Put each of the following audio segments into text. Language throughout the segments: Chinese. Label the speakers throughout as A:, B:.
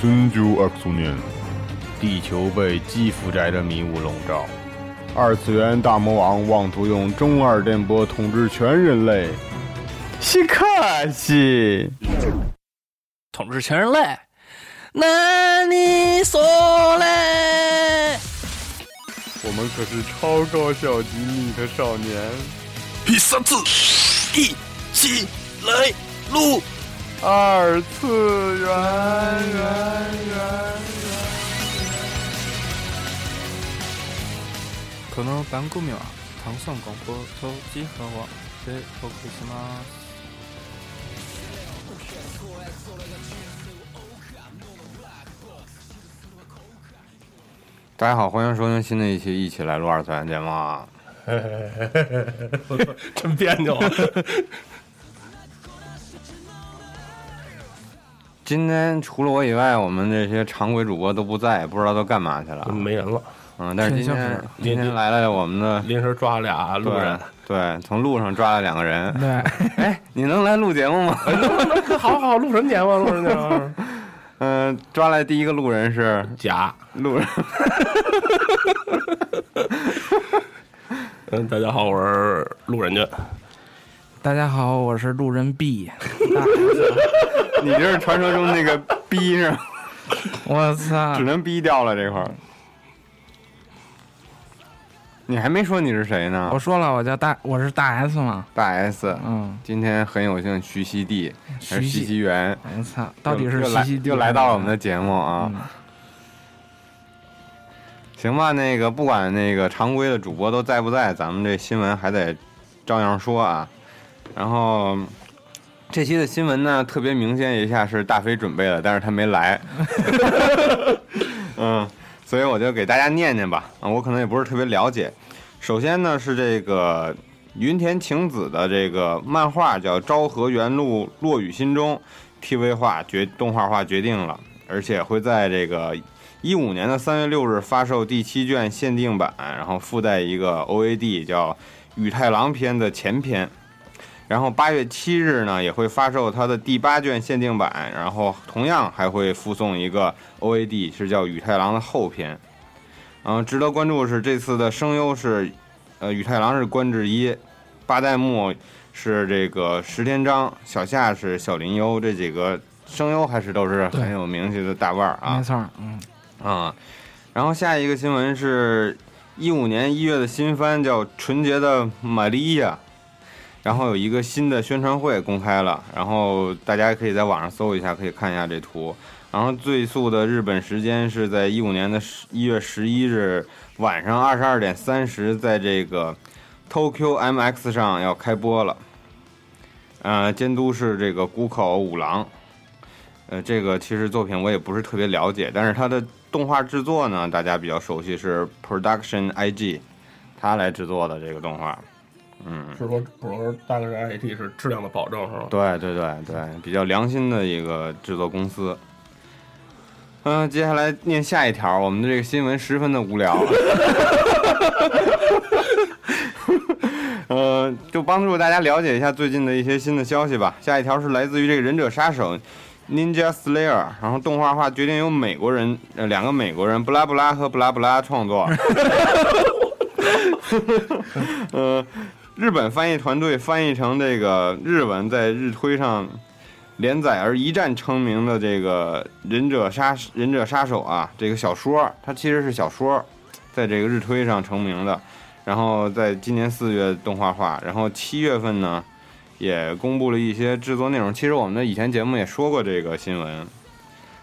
A: 春秋二十年，地球被基辅宅的迷雾笼罩，二次元大魔王妄图用中二电波统治全人类。西卡西，
B: 统治全人类。那你说嘞？
A: 我们可是超高校级逆特少年。
B: 第三次，一起来录。
A: 二次元 元
C: この番組は啊唐宋广播手机和网でお送りします。
A: 大家好，欢迎收听新的一期《一起来录二次元节目》啊！
B: 真别扭。
A: 今天除了我以外，我们这些常规主播都不在，不知道都干嘛去了。
D: 没人了，
A: 嗯，但是今
C: 真相
A: 天
C: 是
A: 今天来了我们的
D: 临时抓俩路人，
A: 对对，从路上抓了两个人。
C: 对，
A: 哎，你能来录节目吗？
D: 哎好好路人节 目，啊路人节目，
A: 嗯、抓来第一个路人是
D: 假，
A: 路人，
D: 嗯，大家好，我是路人君，
C: 大家好，我是路人 B。
A: 你这是传说中那 个逼是吗？
C: 我操
A: 只！能逼掉了这块儿。你还没说你是谁呢
C: 我？说了，我叫大，我是大 S 嘛。
A: 大 S，
C: 嗯，
A: 今天很有幸徐熙娣还
C: 徐
A: 是徐
C: 熙
A: 熙媛，
C: 我操，到底
A: 又
C: 是
A: 又
C: 西
A: 来
C: 西地
A: 又来到了我们
C: 还
A: 的节目啊。
C: 嗯
A: 行吧，那个不管那个常规的主播都在不在，咱们这新闻还得照样说啊。然后这期的新闻呢，特别明显一下是大飞准备了，但是他 没来。嗯，所以我就给大家念念吧。啊，我可能也不是特别了解。首先呢是这个云田晴子的这个漫画叫《昭和原路落雨心中》，TV 化决动画化决定了，而且会在这个一五年的三月六日发售第七卷限定版，然后附带一个 OAD 叫《与太郎篇》的前篇。然后八月七日呢，也会发售它的第八卷限定版，然后同样还会附送一个 OAD，是叫《与太郎》的后篇。嗯，值得关注的是这次的声优是，呃，与太郎是关智一，八代目是这个石田章，小夏是小林优，这几个声优还是都是很有名气的大腕儿啊
C: 没。错，嗯，
A: 啊、然后下一个新闻是，一五年一月的新番叫《纯洁的玛利亚》，然后有一个新的宣传会公开了，然后大家可以在网上搜一下，可以看一下这图。然后最速的日本时间是在一五年的一月十一日晚上二十二点三十，在这个 Tokyo MX 上要开播了。呃，监督是这个谷口五郎，呃，这个其实作品我也不是特别了解，但是它的动画制作呢，大家比较熟悉是 Production IG，他来制作的这个动画。嗯
D: 是说不是说大概是 IT 是质量的保证是吧？
A: 对对对对，比较良心的一个制作公司。嗯、接下来念下一条，我们的这个新闻十分的无聊。 呃，就帮助大家了解一下最近的一些新的消息吧。下一条是来自于这个《忍者杀手》Ninja Slayer，然后动画化决定由美国人呃两个美国人布拉布拉和布拉布拉创作。呃，日本翻译团队翻译成这个日文，在日推上连载而一战成名的这个《忍者杀忍者杀手》啊，这个小说，它其实是小说，在这个日推上成名的，然后在今年四月动画化，然后七月份呢也公布了一些制作内容。其实我们的以前节目也说过这个新闻。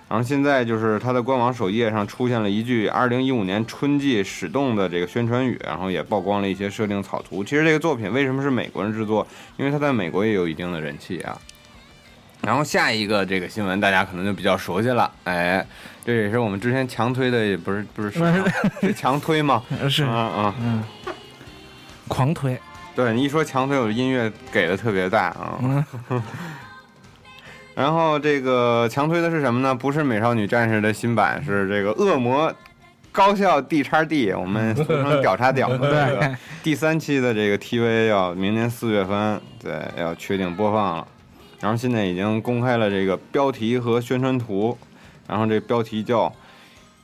A: 然后现在就是它的官网首页上出现了一句2015年春季始动的这个宣传语，然后也曝光了一些设定草图。其实这个作品为什么是美国人制作？因为它在美国也有一定的人气啊。然后下一个这个新闻大家可能就比较熟悉了，哎，这也是我们之前强推的，也不是不是市场是强推吗？
C: 是
A: 啊啊，
C: 嗯，狂推，
A: 对你一说强推，我的音乐给的特别大啊。
C: 嗯，
A: 然后这个强推的是什么呢？不是《美少女战士》的新版，是这个《恶魔高校 D 叉 D》，我们俗称“屌叉屌”的这个第三期的这个 TV 要明年四月份对要确定播放了。然后现在已经公开了这个标题和宣传图，然后这标题叫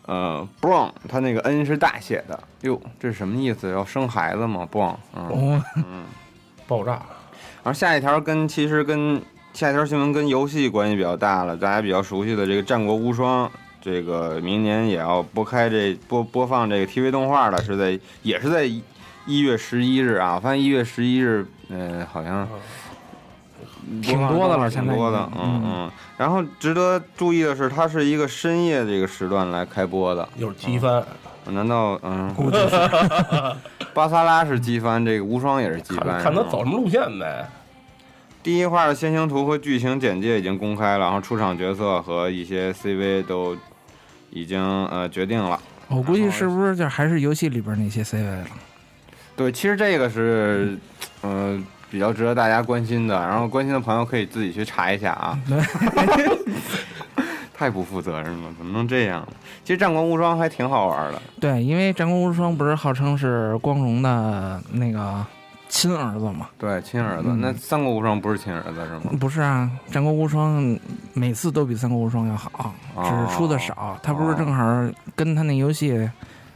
A: 呃 Brown，它那个 N 是大写的。哟，这是什么意思？要生孩子吗？Brown，嗯。
D: 哦，爆炸，
A: 然后下一条跟其实跟下一条新闻跟游戏关系比较大了，大家比较熟悉的这个《战国无双》，这个明年也要播开这播播放这个 TV 动画了，是在也是在一月十一日啊。我发现一月十一日，嗯、好像
E: 挺多的了
A: 挺
E: 现在已经
A: 多的，嗯
E: 嗯
A: 嗯。然后值得注意的是，它是一个深夜这个时段来开播的，
D: 又是机翻，
A: 难道嗯？
E: 估计是
A: 巴萨拉是机翻，这个无双也是机
D: 看
A: 翻，
D: 看他
A: 是吗
D: 走什么路线呗。
A: 第一话的先行图和剧情简介已经公开了，然后出场角色和一些 CV 都已经呃决定了。
E: 我估计是不是就还是游戏里边那些 C 位了？
A: 对，其实这个是嗯、呃比较值得大家关心的，然后关心的朋友可以自己去查一下啊。 太不负责任了，怎么能这样呢？其实《战国无双》还挺好玩的，
E: 对，因为《战国无双》不是号称是光荣的那个亲儿子嘛？
A: 对，亲儿子。
E: 嗯
A: 那《三国无双》不是亲儿子是吗？
E: 不是啊，《战国无双》每次都比《三国无双》要好，
A: 哦
E: 只是出的少。他不是正好跟他那游戏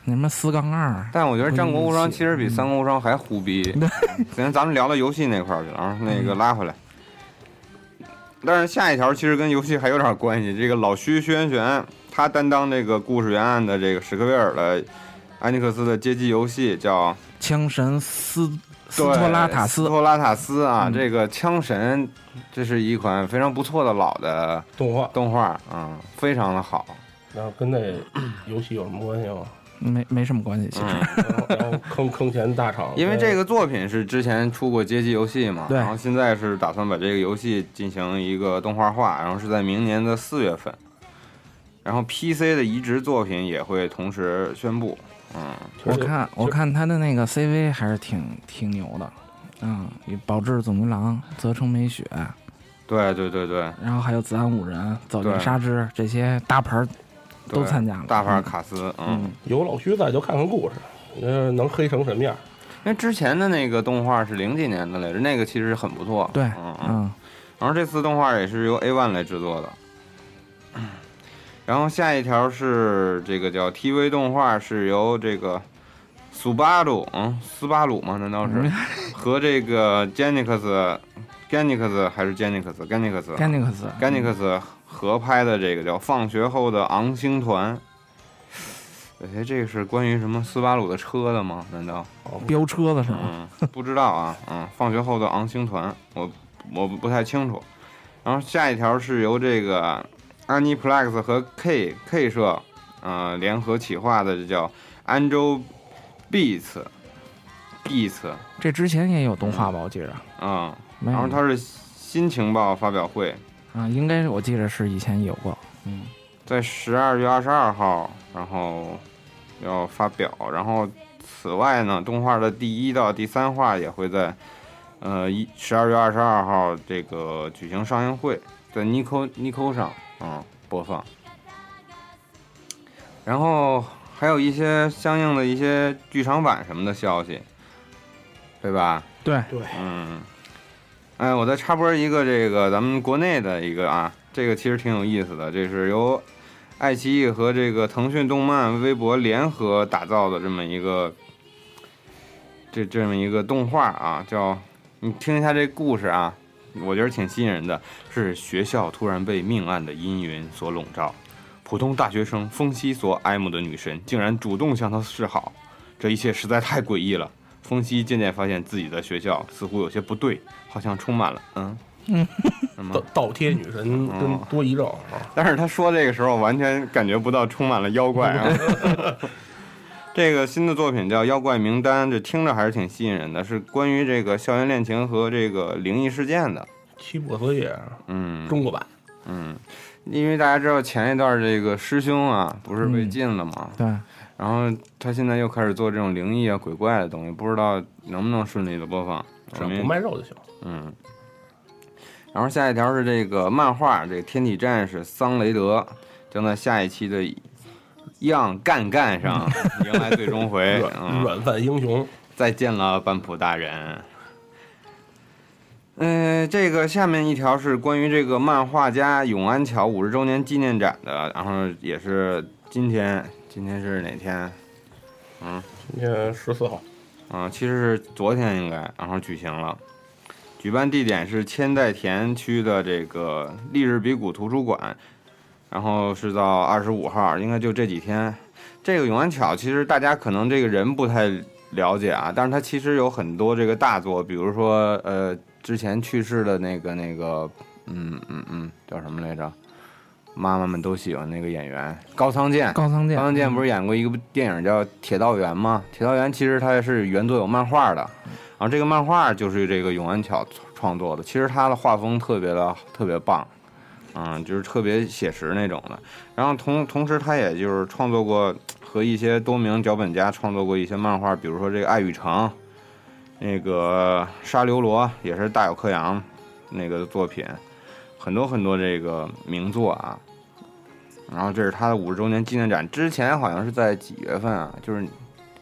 E: 那什么四杠二，
A: 但我觉得《战国无双
E: 不》一
A: 其实比
E: 嗯
A: 《三国无双》还胡逼。行， 咱们聊到游戏那块儿去了，啊，那
E: 嗯
A: 个拉回来。但是下一条其实跟游戏还有点关系。这个老徐徐元玄，他担当这个故事原案的这个史克威尔的安尼克斯的街机游戏叫
E: 枪神斯斯
A: 对
E: 托拉塔
A: 斯
E: 斯，
A: 托拉塔斯啊，
E: 嗯
A: 这个枪神，这是一款非常不错的老的
D: 动画，
A: 动画，嗯，非常的好。
D: 然后跟那游戏有什么关系 吗？
E: 没没什么关系，其实。
A: 嗯，
D: 然后然后坑坑钱大厂，
A: 因为这个作品是之前出过街机游戏嘛，
E: 对
A: 然后现在是打算把这个游戏进行一个动画化，然后是在明年的四月份，然后 PC 的移植作品也会同时宣布。嗯，
D: 其
E: 我
D: 实
E: 看我看他的那个 CV 还是挺挺牛的，嗯，有保志总一郎、泽城美雪，
A: 对对对对，
E: 然后还有子安五人、早
A: 对
E: 见沙织这些大牌儿
A: 对
E: 都参加了。
A: 大牌
E: 嗯
A: 卡斯，嗯，
E: 嗯，
D: 有老徐在就看看故事，呃，能黑成什么样？
A: 因为之前的那个动画是零几年的来着，那个其实很不错。
E: 对，
A: 嗯嗯。
E: 嗯，
A: 然后这次动画也是由 A One 来制作的。然后下一条是这个叫 TV 动画，是由这个苏巴鲁，嗯，斯巴鲁吗？难道是、 和这个 Genix、Genix 还是 Genix、Genix、
E: 甘尼克斯，
A: Genix 合拍的这个叫《放学后的昂星团》？哎，这个是关于什么斯巴鲁的车的吗？难道？
E: 飙车的是吗？
A: 嗯， 不知道啊，嗯，放学后的昂星团，我我不太清楚。然后下一条是由这个 Aniplex 和 K K 社，呃，联合企划的，这叫 Angel Beats Beats
E: 这之前也有动画吧，我记着。
A: 啊、
E: 没有
A: 然后它是新情报发表会，
E: 啊，应该我记着是以前有过。嗯，
A: 在十二月二十二号，然后要发表。然后此外呢，动画的第一到第三话也会在呃一十二月二十二号这个举行上映会，在 Nico Nico 上嗯播放。然后还有一些相应的一些剧场版什么的消息，对吧？
E: 对，
A: 嗯，哎，我再插播一个这个咱们国内的一个啊，这个其实挺有意思的，这是由爱奇艺和这个腾讯动漫、微博联合打造的这么一个这这么一个动画啊，叫你听一下这故事啊，我觉得挺吸引人的，是学校突然被命案的阴云所笼罩。普通大学生风熙所爱慕的女神，竟然主动向他示好，这一切实在太诡异了。风熙渐渐发现自己的学校似乎有些不对，好像充满了嗯嗯什
D: 倒
A: 么？
D: 倒贴女神跟
A: 嗯
D: 多疑症啊，
A: 但是他说这个时候完全感觉不到充满了妖怪 啊。这个新的作品叫《妖怪名单》，这听着还是挺吸引人的，是关于这个校园恋情和这个灵异事件的。
D: 七不可思议，
A: 嗯，
D: 中国版
A: 嗯，因为大家知道前一段这个师兄啊，不是被禁了吗？
E: 对，
A: 然后他现在又开始做这种灵异啊、鬼怪的东西，不知道能不能顺利的播放。
D: 只
A: 我
D: 要
A: 们
D: 不卖肉就行。
A: 嗯，然后下一条是这个漫画，这个天体战士桑雷德将在下一期的《样干干》上迎来最终回。
D: 软
A: 嗯，
D: 软饭英雄，
A: 再见了，班普大人。嗯，这个下面一条是关于这个漫画家永安桥五十周年纪念展的，然后也是今天，今天是哪天？
D: 今天十四号，
A: 嗯，其实是昨天应该，然后举行了。举办地点是千代田区的这个立日比谷图书馆，然后是到二十五号，应该就这几天。这个永安桥其实大家可能这个人不太了解啊，但是它其实有很多这个大作，比如说呃之前去世的那个那个嗯嗯嗯叫什么来着？妈妈们都喜欢那个演员高仓健，
E: 高仓健，
A: 高仓健不是演过一个部电影叫《铁道员》吗？《铁道员》其实它是原作有漫画的，然后这个漫画就是这个永安巧创作的。其实他的画风特别的特别棒，嗯，就是特别写实那种的。然后同同时，他也就是创作过和一些多名脚本家创作过一些漫画，比如说这个《爱与诚》，那个《沙流罗》也是大有克洋那个作品，很多很多这个名作啊。然后这是他的五十周年纪念展，之前好像是在几月份啊？就是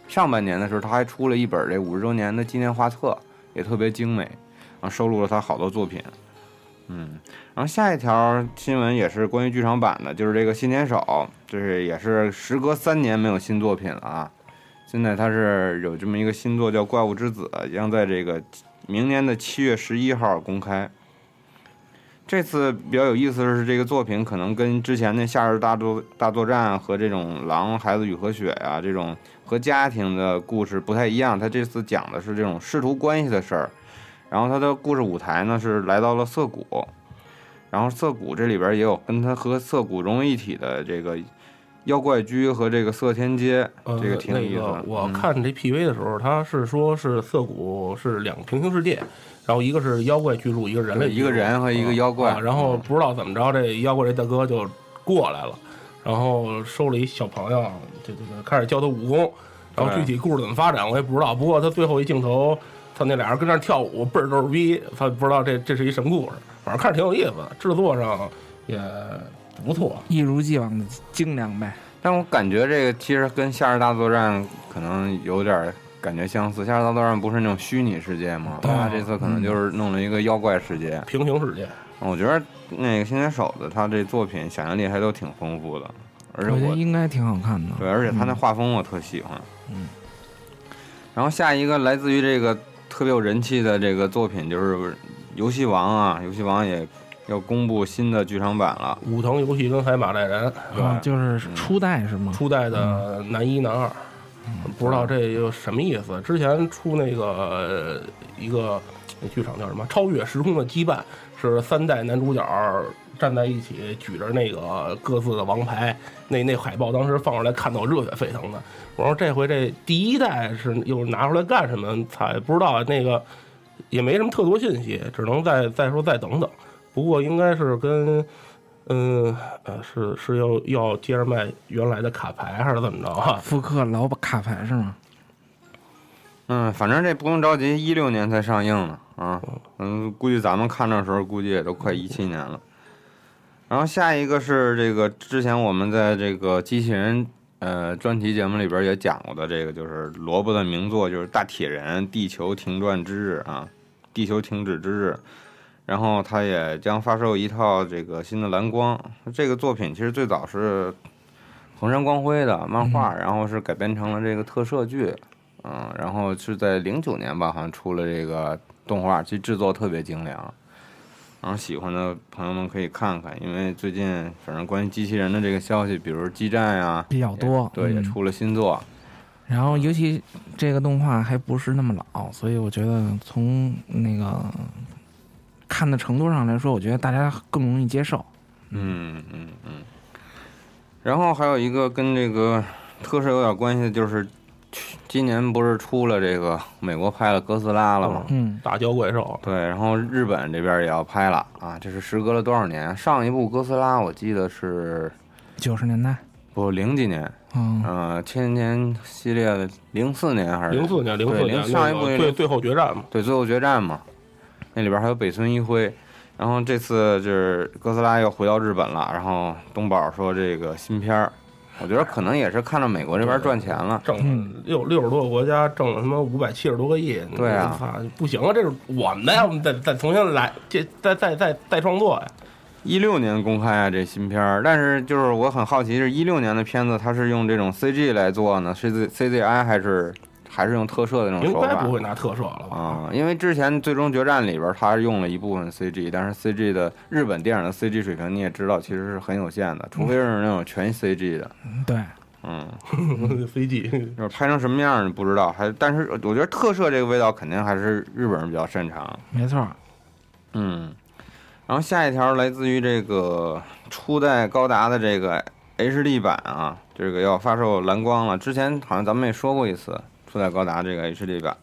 A: 上半年的时候，他还出了一本这五十周年的纪念画册，也特别精美，然后收录了他好多作品。嗯，然后下一条新闻也是关于剧场版的，就是这个新田守，就是也是时隔三年没有新作品了啊。现在他是有这么一个新作叫《怪物之子》，将在这个明年的七月十一号公开。这次比较有意思的是，这个作品可能跟之前的《夏日大作大作战》和这种《狼孩子与和雪》啊这种和家庭的故事不太一样。他这次讲的是这种师徒关系的事儿，然后他的故事舞台呢是来到了涩谷，然后涩谷这里边也有跟他和涩谷融为一体的这个妖怪居和这个涩天街，
D: 呃，
A: 这个挺有意思
D: 那个
A: 的。
D: 我
A: 嗯
D: 看这 PV 的时候，他是说是涩谷是两个平行世界，然后一个是妖怪居住，一个人类
A: 对
D: 居
A: 一个
D: 住
A: 人和一个
D: 嗯
A: 妖怪
D: 啊然后不知道怎么着，这妖怪这大哥就过来了，然后收了一小朋友，这这个开始教他武功，然后
A: 对
D: 具体故事怎么发展我也不知道。不过他最后一镜头，他那俩人跟那儿跳舞倍儿逗逼，他不知道这这是一什么故事，反正看着挺有意思的，制作上也不错。
E: 一如既往的精良呗。
A: 但我感觉这个其实跟《夏日大作战》可能有点儿感觉相似，《夏日大作战》不是那种虚拟世界吗？
E: 啊
A: 他这次可
E: 嗯
A: 能就是弄了一个妖怪世界。
D: 平行世界，
A: 我觉得那个新田守的他这作品想象力还都挺丰富的，而且
E: 我觉
A: 我
E: 得应该挺好看的。
A: 对，而且他那画风我特喜欢。
E: 嗯。
A: 然后下一个来自于这个特别有人气的这个作品就是《游戏王》啊，《游戏王》也要公布新的剧场版了。
D: 武藤游戏跟海马赖人，
E: 啊，
A: 嗯
E: 就是初代是吗？
D: 初代的男一男二，不知道这又什么意思。之前出那个呃一个那剧场叫什么《超越时空的羁绊》，是三代男主角站在一起，举着那个各自的王牌，那那海报当时放出来，看到我热血沸腾的。我说这回这第一代是又拿出来干什么？才不知道那个也没什么特多信息，只能再再说再等等。不过应该是跟。嗯，呃，是是要要接着卖原来的卡牌还是怎么着 啊？
E: 复刻老卡牌是吗？
A: 嗯，反正这不用着急，一六年才上映呢啊。嗯，估计咱们看的时候，估计也都快一七年了。然后下一个是这个之前我们在这个机器人呃专题节目里边也讲过的，这个就是萝卜的名作，就是《大铁人：地球停转之日》啊，《地球停止之日》。然后它也将发售一套这个新的蓝光。这个作品其实最早是横山光辉的漫画，然后是改编成了这个特摄剧，嗯，然后是在零九年吧，好像出了这个动画，其实制作特别精良。然后喜欢的朋友们可以看看，因为最近反正关于机器人的这个消息，比如基站呀、
E: 比较多。
A: 对，也
E: 嗯
A: 出了新作。
E: 然后，尤其这个动画还不是那么老，所以我觉得从那个看的程度上来说，我觉得大家更容易接受。
A: 嗯嗯嗯。然后还有一个跟这个特摄有点关系的，就是去今年不是出了这个美国拍了哥斯拉了吗？
E: 嗯，
D: 打交怪兽，
A: 对，然后日本这边也要拍了啊！这是时隔了多少年？上一部哥斯拉我记得是
E: 九十年代，
A: 不零几年，
E: 嗯，
A: 呃，千年系列的零四年还是
D: 零四年，零四
A: 对
D: 年
A: 零上一
D: 那
A: 部
D: 个
A: 那
D: 最
A: 个
D: 最后决战嘛，
A: 对，最后决战嘛，那里边还有北村一辉。然后这次就是哥斯拉又回到日本了，然后东宝说这个新片儿我觉得可能也是看到美国这边赚钱了，
D: 挣了六六十多个国家挣了他妈五百七十多个亿，你
A: 嗯对啊
D: 操不行啊，这是我们的呀，我们再再重新来，这再再再再创作呀，
A: 一六年公开啊这新片儿，但是就是我很好奇，是一六年的片子，它是用这种 CG 来做呢，是 Z CZI 还是还是用特摄的那种
D: 应
A: 手
D: 该
A: 法
D: 不？会拿特摄了吧？
A: 啊、因为之前《最终决战》里边儿它用了一部分 CG，但是 CG 的日本电影的 CG 水平你也知道，其实是很有限的，除非是那种全 CG 的，
E: 对，
A: 嗯，
D: 飞机
A: 就是拍成什么样儿不知道，还但是我觉得特摄这个味道肯定还是日本人比较擅长，
E: 没错儿，
A: 嗯，然后下一条来自于这个初代高达的这个 HD 版啊，这个要发售蓝光了。之前好像咱们也说过一次初代高达这个 HD 版，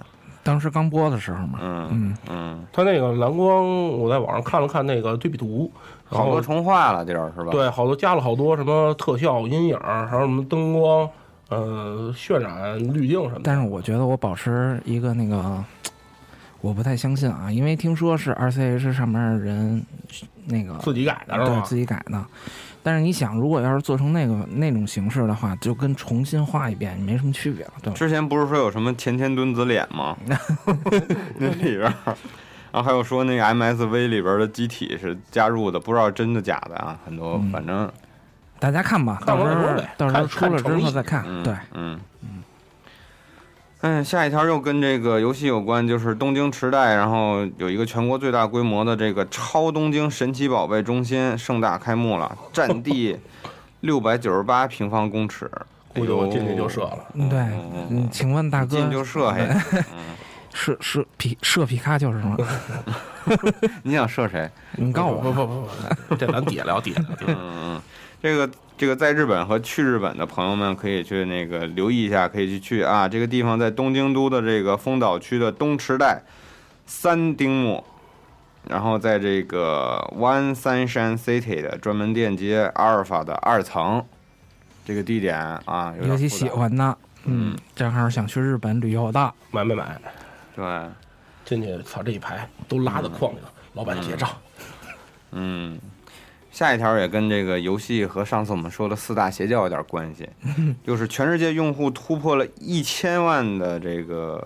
E: 当时刚播的时候嘛，
A: 嗯
E: 嗯，
A: 嗯，
D: 它那个蓝光，我在网上看了看那个对比图，然
A: 好
D: 后
A: 多重画了，这是是吧？，
D: 对，好多加了好多什么特效、阴影，还有什么灯光，呃，渲染、滤镜什么的。
E: 但是我觉得我保持一个那个，我不太相信啊，因为听说是 RCH 上面人那个
D: 自己改的是
E: 对
D: 吧？
E: 自己改的。但是你想，如果要是做成那个那种形式的话，就跟重新画一遍没什么区别了，对吧？
A: 之前不是说有什么前前墩子脸 吗？那里边儿，然后还有说那个 MSV 里边儿的机体是加入的，不知道真的假的啊，很多
D: 嗯
A: 反正
E: 大家看吧，到
D: 看
E: 时
D: 完了
E: 候
D: 呗
E: 到时候出了
D: 看看
E: 之
D: 诚
E: 后
D: 意
E: 再看。
A: 嗯
E: 对，
A: 嗯嗯，下一条又跟这个游戏有关，就是东京池袋，然后有一个全国最大规模的这个超东京神奇宝贝中心盛大开幕了，占地六百九十八平方公 尺，
D: 估计我哎进去就射了。
E: 嗯对，嗯，请问大
A: 哎呦，进
E: 哥
A: 去就射，嘿，
E: 射射皮射皮卡丘是吗？
A: 你想射谁？
E: 你告诉
D: 不
E: 我，
D: 不不 不，这咱底下聊，底下聊。底下聊
A: 这个这个在日本和去日本的朋友们可以去那个留意一下，可以去去啊。这个地方在东京都的这个丰岛区的东池袋三丁目，然后在这个 One Sunshine City 的专门店街阿尔法的二层这个地点啊，有
E: 尤
A: 点
E: 其
A: 复
E: 喜
A: 杂
E: 欢的，嗯，正好想去日本旅游的，
D: 买没买？
A: 对，
D: 进去操这一排都拉在框里了，老板结账。
A: 嗯。下一条也跟这个游戏和上次我们说的四大邪教有点关 系，就是全世界用户突破了一千万的这个，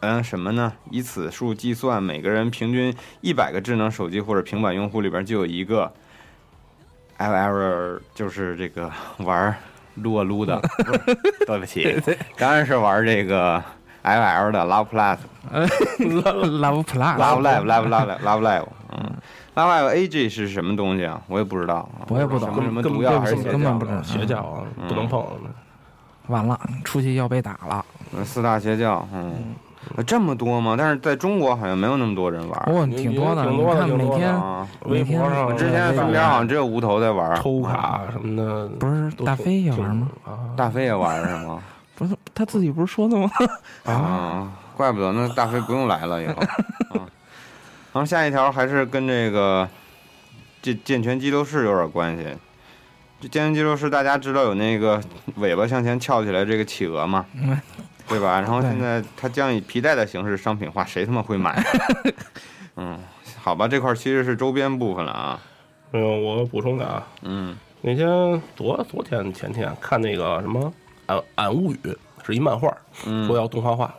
A: 嗯，什么呢？以此数计算，每个人平均一百个智能手机或者平板用户里边就有一个，I've ever 就是这个 玩撸啊撸 的，不是对不起，当然是玩这个 L L 的 Love Plus
E: Love
A: Love
E: Plus，
A: Live Love Live Love Live，嗯，Love Live A G 是什么东西啊？我也不知道啊，
E: 我也不懂
A: 什么什么
D: 根
A: 毒
D: 本
A: 药还是
D: 根
A: 邪
D: 本
A: 教
E: 根本
D: 不能邪教啊，不能碰。
E: 完了，出去要被打了。
A: 嗯四大邪教，嗯，这么多吗？但是在中国好像没有那么多人玩儿
E: 哦，挺多的，
D: 挺
E: 你
D: 多的
E: 看
D: 挺
E: 每
D: 多的
E: 天
A: 啊。
D: 微博上
E: 我
A: 之前身边好像只有无头在玩儿，啊
D: 抽卡啊什么的，
E: 不是
D: 都
E: 大飞也玩吗？
D: 啊
A: 大飞也玩儿是吗？
E: 不是他自己不是说 的吗？
A: 啊，怪不得那大飞不用来了以 后。啊，然后下一条还是跟这个健健全激斗士有点关系。这健全激斗士大家知道有那个尾巴向前翘起来这个企鹅嘛，
E: 嗯
A: 对 吧？然后
E: 对
A: 现在它将以皮带的形式商品化，谁他妈会买 啊？嗯，好吧，这块儿其实是周边部分了啊。
D: 没有，我补充的啊，
A: 嗯
D: 那天昨昨天前天看那个什么《俺俺物语》，是一漫画，说
A: 嗯，
D: 要动画化。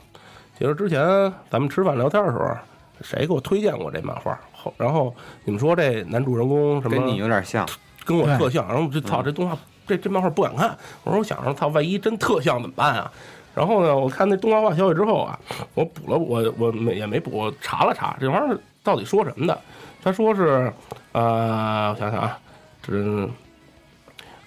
D: 其实之前咱们吃饭聊天的时候，谁给我推荐过这漫画？后然后你们说这男主人公什么啊
A: 跟你有点像，
D: 跟我特像，然后我就操这动画这这漫画不敢看。我说我想着操，万一真特像怎么办啊？然后呢，我看那动画化消息之后啊，我补了我我没也没补，我查了查这玩意儿到底说什么的。他说是，呃，我想想啊，这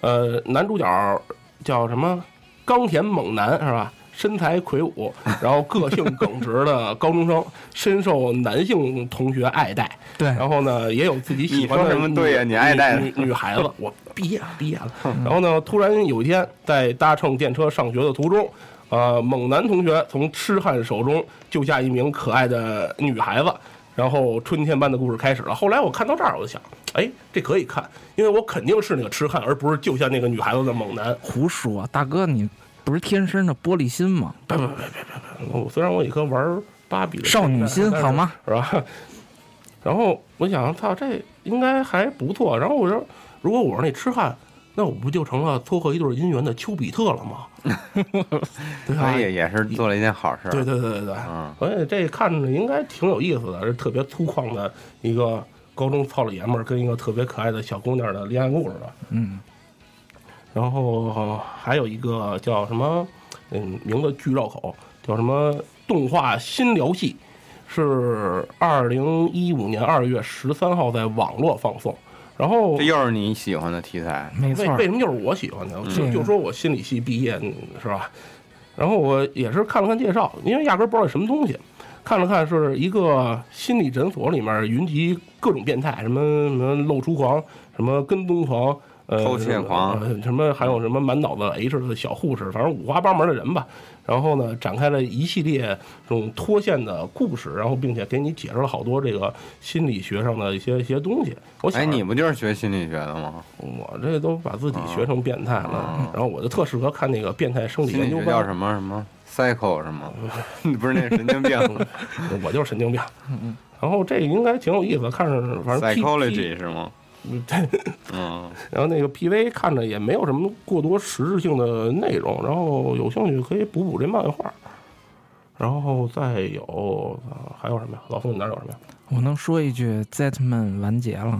D: 呃男主角叫什么？钢铁猛男是吧？身材魁梧，然后个性耿直的高中生，深受男性同学爱戴。
E: 对
D: 然后呢，也有自己喜欢
A: 你
D: 的
A: 说什么对呀
D: 女
A: 你爱戴的
D: 女女女孩子，我毕业了，毕业了。然后呢，突然有一天，在搭乘电车上学的途中，呃，猛男同学从痴汉手中救下一名可爱的女孩子，然后春天般的故事开始了。后来我看到这儿，我就想，哎，这可以看，因为我肯定是那个痴汉，而不是救下那个女孩子的猛男。
E: 胡说，大哥你不是天生的玻璃心吗？
D: 别别别别别别！我哦虽然我有一颗玩芭比的
E: 少女心
D: 但是
E: 好吗？
D: 是吧？ 然后我想，操，这应该还不错。然后我就，如果我是那痴汉，那我不就成了撮合一对姻缘的丘比特了吗？ 对吧？
A: 所以也是做了一件好事。
D: 对，对对对对，
A: 嗯
D: 所以这看着应该挺有意思的，是特别粗犷的一个高中糙老爷们儿跟一个特别可爱的小姑娘的恋爱故事吧。
E: 嗯，
D: 然后、呃还有一个叫什么，嗯，名字巨绕口，叫什么动画新聊戏，是二零一五年二月十三号在网络放送。然后
A: 这又是你喜欢的题材。
E: 没错
D: 为
E: 儿，
D: 为什么就是我喜欢的？就
E: 嗯
D: 就说我心理系毕业嗯是吧？然后我也是看了看介绍，因为压根儿不知道是什么东西，看了看是一个心理诊所里面云集各种变态，什么什么露出狂，什么跟踪狂。呃，
A: 偷窃狂
D: 呃什么还有什么满脑子 H 的小护士，反正五花八门的人吧。然后呢，展开了一系列这种脱线的故事，然后并且给你解释了好多这个心理学上的一些一些东西。我想
A: 哎，你不就是学心理学的吗？
D: 我这都把
A: 啊
D: 自己学成变态了，然后我就特适合看那个变态生理
A: 心
D: 研
A: 理
D: 究
A: 学
D: 班，
A: 叫什么什么 psycho 是吗？ 不是那神经 病
D: 我就是神经病。
E: 嗯
D: 然后这个应该挺有意思，看着反正 P- P- 哦
A: psychology 是 吗？
D: 对，
A: 嗯，
D: 然后那个 PV 看着也没有什么过多实质性的内容，然后有兴趣可以补补这漫画。然后再有、啊还有什么呀？老宋，你那儿有什么呀？
E: 我能说一句，Zetman 完结了。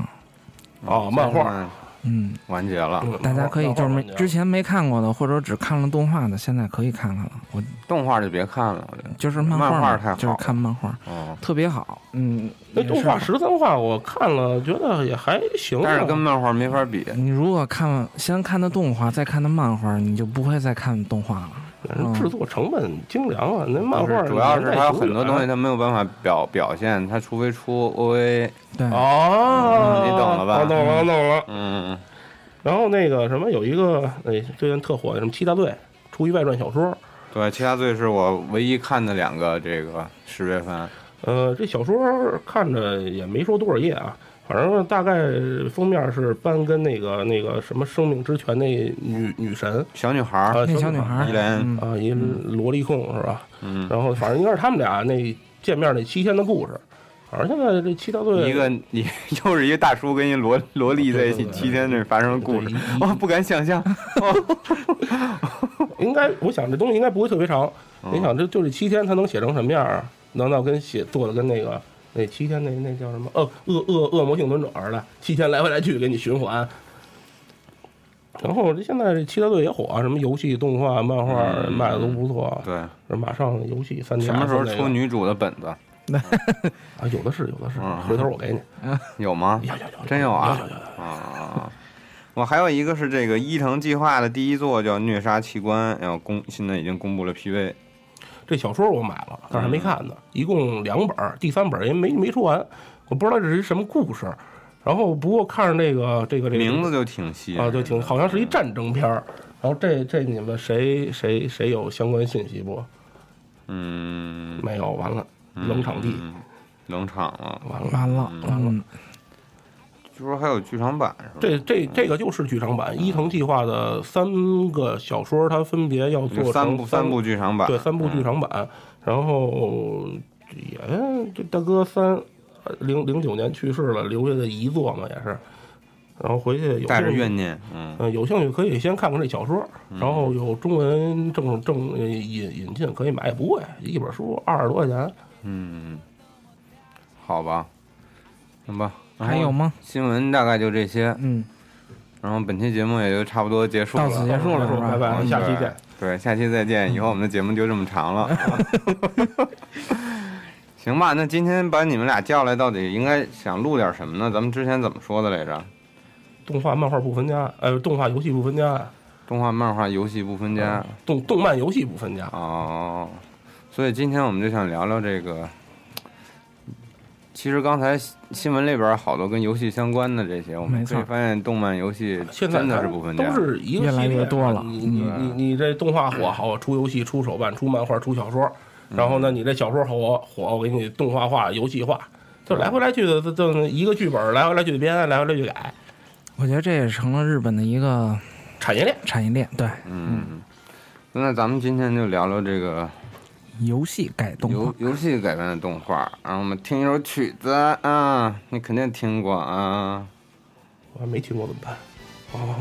A: 啊
D: 哦，漫画，
E: 嗯，
A: 完结了。
D: 嗯
E: 大家可以
D: 漫画
E: 就是没
D: 漫画
E: 之前没看过的，或者只看了动画的，现在可以看看了。我
A: 动画就别看了，我觉得。
E: 就是漫画嘛，
A: 漫画太好
E: 就是看漫画，
A: 嗯，
E: 特别好。嗯，
D: 那
E: 也
D: 动画
E: 是
D: 十三话我看了，觉得也还行啊，
A: 但是跟漫画没法比。
E: 你如果看完先看的动画，再看的漫画，你就不会再看动画了。
D: 反正制作成本精良啊。那漫
A: 就
D: 画
A: 是主要是
D: 年代
A: 它有
D: 久
A: 很多
D: 远
A: 东西它没有办法表表现，它除非出 OVA。
E: 对，
D: 哦，
A: 嗯你懂了吧
D: 我懂了，我懂了。
A: 嗯，
D: 然后那个什么，有一个哎，最近特火的什么七大罪，出一外传小说。
A: 对，其他罪是我唯一看的两个这个十月番。
D: 呃，这小说看着也没说多少页啊，反正大概封面是班跟那个那个什么生命之泉那女女神
A: 小女孩
D: 啊
A: 儿，，
E: 那小女孩儿
A: 依然，
E: 嗯
D: 啊，一萝莉控是吧？
A: 嗯，
D: 然后反正应该是他们俩那见面那七天的故事。反正现在这七大罪
A: 一个你 又是一个大叔跟一萝萝莉在一起七天内发生的故事，我、不敢想 象。
D: 应该，我想这东西应该不会特别长。
A: 嗯
D: 你想，这就这七天，它能写成什么样啊？难道跟写做的跟那个那七天那那叫什么？呃，恶恶恶魔幸存者似的，七天来回来去给你循环。然后这现在这七大队也火啊，什么游戏、动画、漫画
A: 嗯
D: 卖的都不错。
A: 对，
D: 马上游戏三
A: 什么时候出女主的本 子？
D: 啊？有的是，有的是
A: 嗯。
D: 回头我给你。
A: 有吗？
D: 有有有，
A: 真有啊
D: 有有有有。
A: 啊！我还有一个是这个伊藤计划的第一作叫《虐杀器官》，然后公现在已经公布了 PV。
D: 这小说我买了，但是还
A: 嗯
D: 没看呢，一共两本儿，第三本儿也没没出完，我不知道这是一什么故事。然后不过看着这个这个这个
A: 名字就挺吸引
D: 啊，就
A: 人
D: 挺
A: 的
D: 好像是一战争片儿。然后这这你们谁谁谁有相关信息不？
A: 嗯，
D: 没有，完了，
A: 嗯
D: 冷场地，
A: 嗯冷场了。
D: 完了。
E: 完了，
D: 完了
E: 嗯，
A: 据说还有剧场版是吧？
D: 这这这个就是剧场版伊藤计划的三个小说，它分别要
A: 有
D: 做成
A: 三部三部剧场版，嗯
D: 对三部剧场版，然后也这大哥三零零九年去世了，留下的遗作嘛也是，然后回去有
A: 带着
D: 兴趣
A: 怨念，嗯，
D: 嗯，有兴趣可以先看看这小说，然后有中文正正呃引引进可以买，也不贵，一本书二十多块钱。
A: 嗯，好吧，行吧。然后
E: 还有吗？
A: 新闻大概就这些，
E: 嗯，
A: 然后本期节目也就差不多结束了。
E: 到此结束 了是吧
D: 拜拜，
A: 嗯
D: 下期见。。
A: 对，对下期再见。以后我们的节目就这么长了。 行吧，那今天把你们俩叫来，到底应该想录点什么呢？咱们之前怎么说的来着？
D: 动画、漫画不分家，呃，动画、游戏不分家，
A: 动画、漫画、游戏不分家。
D: 动动漫、游戏不
E: 嗯
D: 分家。
A: 哦，所以今天我们就想聊聊这个。其实刚才新新闻里边好多跟游戏相关的这些，我们
E: 没错
A: 可以发现动漫、游戏
D: 现在
A: 真的
D: 它
A: 是不分
D: 都
A: 家。
D: 是一个
E: 越来
D: 系列啊
E: 越多了嗯
D: 你你你你这动画火好，出游戏、出手办、出漫画、出小说，
A: 嗯
D: 然后呢，你这小说火火，我给你动画化、游戏化，就来回来去的，就就一个剧本来回来去的编，来回来去地改，
E: 我觉得这也成了日本的一个
D: 产业链。
E: 产业链。对，
A: 嗯，那咱们今天就聊聊这个
E: 游戏改动画
A: 游，游戏改编的动画，然后我们听一首曲子啊，你肯定听过啊。
D: 我还没听过怎么办？哦，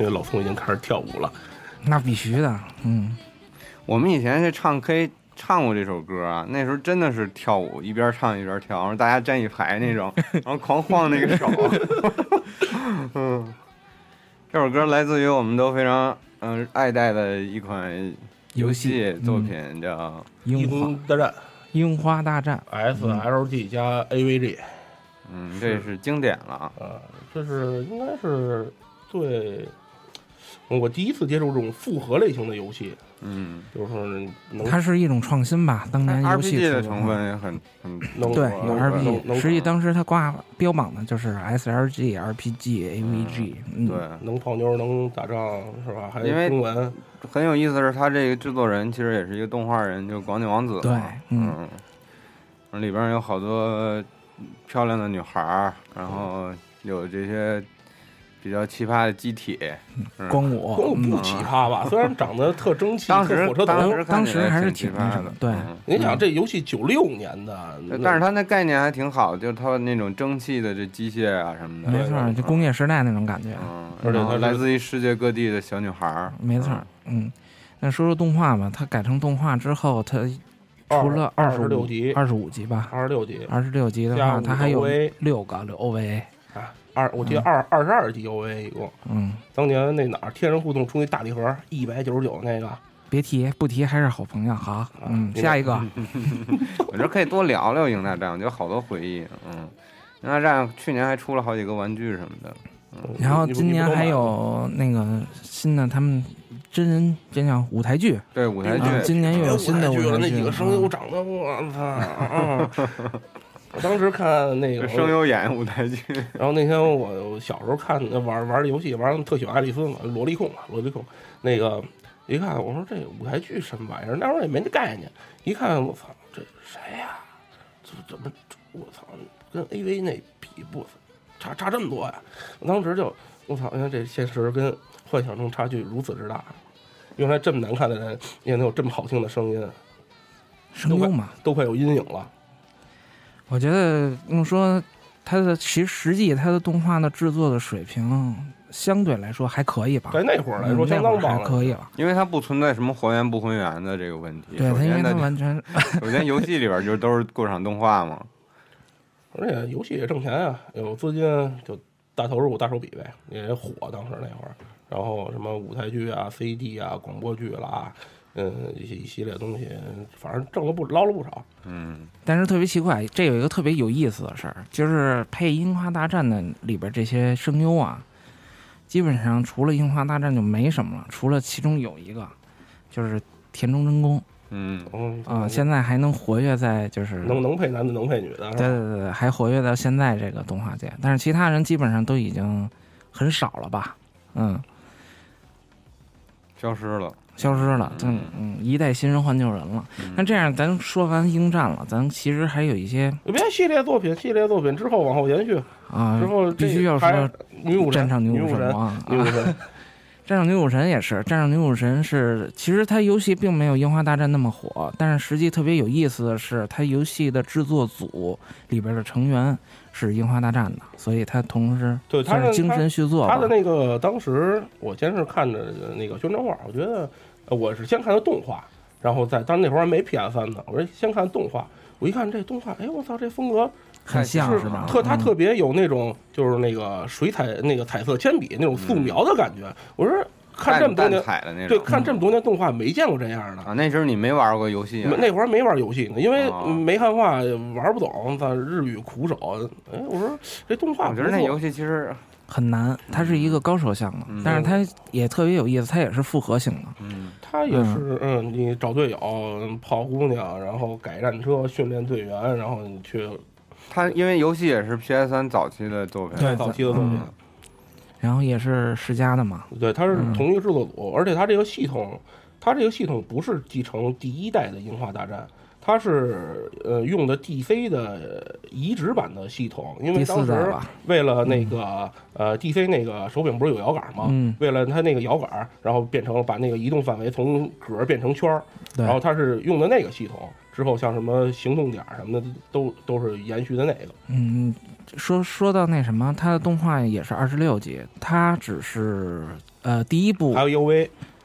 D: 因为老宋已经开始跳舞了。
E: 那必须的，嗯，
A: 我们以前去唱 K 唱过这首歌啊，那时候真的是跳舞，一边唱一边跳，然后大家站一排那 种，然后狂晃那个手。 嗯，这首歌来自于我们都非常嗯、爱戴的一款
E: 游
A: 戏
E: 戏嗯
A: 作品，叫
E: 樱花
D: 英大战
E: 樱花大战，
D: S L G 加 A V G，
A: 嗯，这是经典了啊。
D: 啊，这是应该是最嗯我第一次接触这种复合类型的游戏，
A: 嗯
D: 就是能
E: 它是一种创新吧？当年游戏
A: ，RPG 的
E: 出
A: 成分也很很
D: 能
E: 对，
A: 我
E: 有
A: 我
D: 能能
E: RPG，实际当时它挂标榜的就是 SLG、RPG、AVG，嗯，
A: 对，
D: 能泡妞，能打仗，是吧？还
A: 因为
D: 有中文，
A: 很有意思的是，他这个制作人其实也是一个动画人，就是广井王子嘛。
E: 对
A: 嗯
E: 嗯，
A: 里边有好多漂亮的女孩儿，然后有这些比较奇葩的机体。嗯
E: 光武，
D: 光我不
E: 嗯
D: 奇葩吧？虽然长得特争气，
A: 当
D: 特
A: 时
D: 火车
A: 当
D: 头。
A: 时
E: 当时
A: 看起来
E: 还是
A: 挺
E: 挺
A: 奇
E: 那
A: 葩
E: 什么
A: 的，
E: 对
A: 嗯
D: 你想这游戏九六年的，那
A: 但是它那概念还挺好，就是它那种蒸汽的这机械啊什么的，
E: 没错，就工业时代那种感觉，
A: 嗯，
D: 而且
A: 然后
D: 它是
A: 来自于世界各地的小女孩儿，
E: 没错，嗯。那说说动画吧，它改成动画之后，它除了
D: 二
E: 十
D: 十六集，
E: 二十嗯五集吧，
D: 二十六集
E: 二十六集的
D: 加
E: 话，
D: 五
E: 它还有
D: 个 OVA
E: 六个六 OVA，
D: 啊，二我记得二二十二集 OVA 一共。
E: 嗯，
D: 当年那哪儿天人互动出那大礼盒一百九十九那个，
E: 别提不提还是好朋友，好，嗯，
D: 那个
E: 下一个
A: 我觉得可以多聊聊《迎大战》，我觉得好多回忆。嗯，《迎大战》去年还出了好几个玩具什么的。
D: 嗯
E: 然后
D: 你不
E: 今年
D: 你不都买
E: 还
D: 了
E: 有那个新的他们真人这叫舞台剧，
A: 对，舞台
D: 哎
A: 剧，
E: 啊，今年又有新的舞
D: 我
E: 台
D: 了，那
E: 剧嗯
D: 几
E: 了
D: 个声优长得，我操！啊 我当时看那
A: 这
D: 个
A: 声，优演舞台剧，
D: 然后那天我我小时候看玩玩游戏，玩特喜欢爱丽丝嘛，萝莉控嘛，萝莉控。那个一看，我说这舞台剧什么玩意儿？那会儿也没那概念。一看，我操，这谁呀、这怎么，这我操，跟 AV 那比不差差这么多呀、我当时就，我操，原来这现实跟幻想中差距如此之大。原来这么难看的人，也能有这么好听的声音。
E: 声优嘛，
D: 都快有阴影了。
E: 我觉得用说它的其实实际它的动画的制作的水平相对来说还可以吧，
D: 在那会儿来说，
E: 嗯
D: 相
E: 那会
D: 当
E: 儿还
D: 棒了。
E: 可以了。
A: 因为它不存在什么还原不还原的这个问题。
E: 对，
A: 首
E: 它因为
A: 先
E: 它
A: 它，
E: 完全
A: 首先游戏里边就都是过场动画嘛。
D: 而且游戏也挣钱啊，有资金就大投入、大手笔呗，也火。当时那会儿，然后什么舞台剧啊、CD 啊、广播剧啦，嗯，一些一系列东西，反正挣了不捞了不
E: 啊
D: 少。
A: 嗯，
E: 但是特别奇怪，这有一个特别有意思的事儿，就是配《樱花大战》的里边这些声优啊，基本上除了《樱花大战》就没什么了，除了其中有一个，就是田中真弓
A: 嗯，
D: 嗯
E: 啊、现在还能活跃在就是
D: 能能配男的，能配女的，
E: 对对对对，还活跃到现在这个动画界，但是其他人基本上都已经很少了吧，嗯，
A: 消失了。
E: 消失了，嗯嗯，一代新人换旧人了。
D: 嗯
E: 那这样，咱说完英战了，咱其实还有一些
D: 有别系列作品，系列作品之后往后延续，
E: 啊、
D: 之后这
E: 必须要
D: 还
E: 说
D: 女武神
E: 战场
D: 女
E: 女
D: 武
E: 武神
D: 神，
E: 啊，
D: 女武
E: 啊
D: 神，
E: 战场女武神也是，战场女武神是，其实它游戏并没有樱花大战那么火，但是实际特别有意思的是，它游戏的制作组里边的成员是樱花大战的，所以它同时
D: 对它
E: 算是
D: 是
E: 精神续作吧
D: 他的。那个当时我先是看着那个宣传画，我觉得呃我是先看的动画，然后再当时那会儿还没 PS 三呢，我说先看动画。我一看这动画，哎，我操，这风格
E: 很像
D: 是
E: 是吧？
D: 哎特它
E: 嗯
D: 特别有那种就是那个水彩那个彩色铅笔那种素描的感觉。我说看这么多
A: 淡淡，
D: 年
A: 彩的那
D: 对，
A: 种。
D: 看这么多年动画没见过这样的。
A: 啊，那时候你没玩过游戏啊
D: 没？那会儿没玩游戏呢，因为
A: 哦
D: 没汉化，玩不懂，操，日语苦手。哎，我说这动画
A: 我
D: 不
A: 觉
D: 错，啊
A: 得那游戏其实，
E: 很难，它是一个高手项目，
A: 嗯
E: 但是它也特别有意思，它也是复合型的。
A: 嗯，
D: 他也是，嗯，你找队友嗯泡姑娘，然后改战车训练队员，然后你去
A: 它因为游戏也是 PS 三早期的作品。
D: 早期的作品。
E: 然后也是世家的嘛，
D: 对，它是同一个制作组，而且它这个系统，它这个系统不是继承第一代的《樱花大战》，它是呃用的 DC 的移植版的系统，因为
E: 第四
D: 当
E: 代
D: 时
E: 吧
D: 为了那个呃 DC 那个手柄不是有摇杆吗？
E: 嗯
D: 为了它那个摇杆，然后变成把那个移动范围从格儿变成圈儿，
E: 对
D: 然后它是用的那个系统。之后像什么行动点儿什么的，都都是延续的那个。
E: 嗯，说说到那什么，它的动画也是二十六集，它只是呃第一部
D: 还有 U V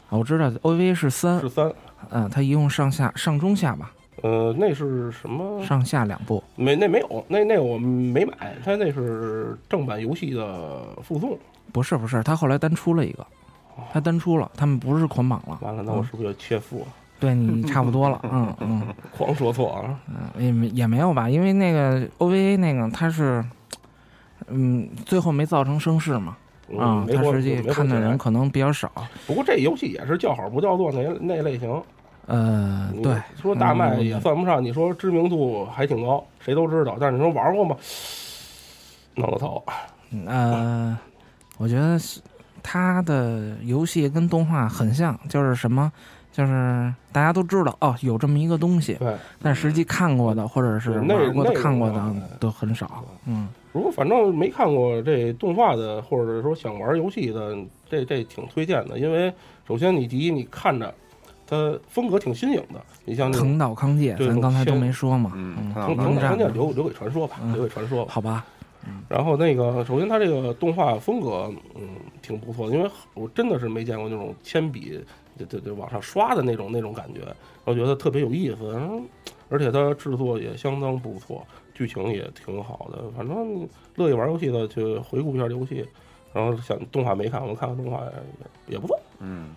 E: 啊我知道 OV 是三
D: 是，三，
E: 嗯，它一共上下上中下吧，
D: 呃，那是什么？
E: 上下两部。
D: 没那没有，那那我没买，它那是正版游戏的附送。
E: 不是不是，它后来单出了一个，
D: 哦
E: 它单出了，他们不是捆绑了。
D: 完了，那我是不是有切腹？
E: 对你差不多了，嗯嗯。
D: 狂说错啊！
E: 嗯，也没也没有吧，因为那个 OVA 那个它是，嗯，最后没造成声势嘛，啊、
D: 嗯，没
E: 它
D: 说
E: 实际
D: 没说
E: 看的
D: 起来
E: 人可能比较少，
D: 不过这游戏也是叫好不叫座那那类型。
E: 呃，
D: 你
E: 对，嗯
D: 说大卖也算不上，你说知名度还挺高，谁都知道。但是你说玩过吗？挠挠头，
E: 呃，我觉得是它的游戏跟动画很像，就是什么，就是大家都知道哦，有这么一个东西，
D: 对，
E: 但实际看过的或者是
D: 那
E: 玩过
D: 那
E: 的、
D: 个
E: 看过
D: 啊
E: 的都很少，嗯，
D: 如果反正没看过这动画的，或者说想玩游戏的，这这挺推荐的。因为首先你第一你看着它风格挺新颖的，你像那种
E: 藤岛康介，
D: 对
E: 咱刚才都
D: 先
E: 没说嘛，
A: 嗯
E: 嗯，
A: 藤岛
D: 从
A: 康
D: 从
A: 介
D: 关键留留给传说吧，留给传说吧。
E: 好吧，
D: 然后那个，首先它这个动画风格，嗯，挺不错的，因为我真的是没见过那种铅笔就就就往上刷的那种那种感觉，我觉得特别有意思，嗯而且它制作也相当不错，剧情也挺好的，反正乐意玩游戏的去回顾一下游戏，然后想动画没看过，看看动画也也不错，
A: 嗯，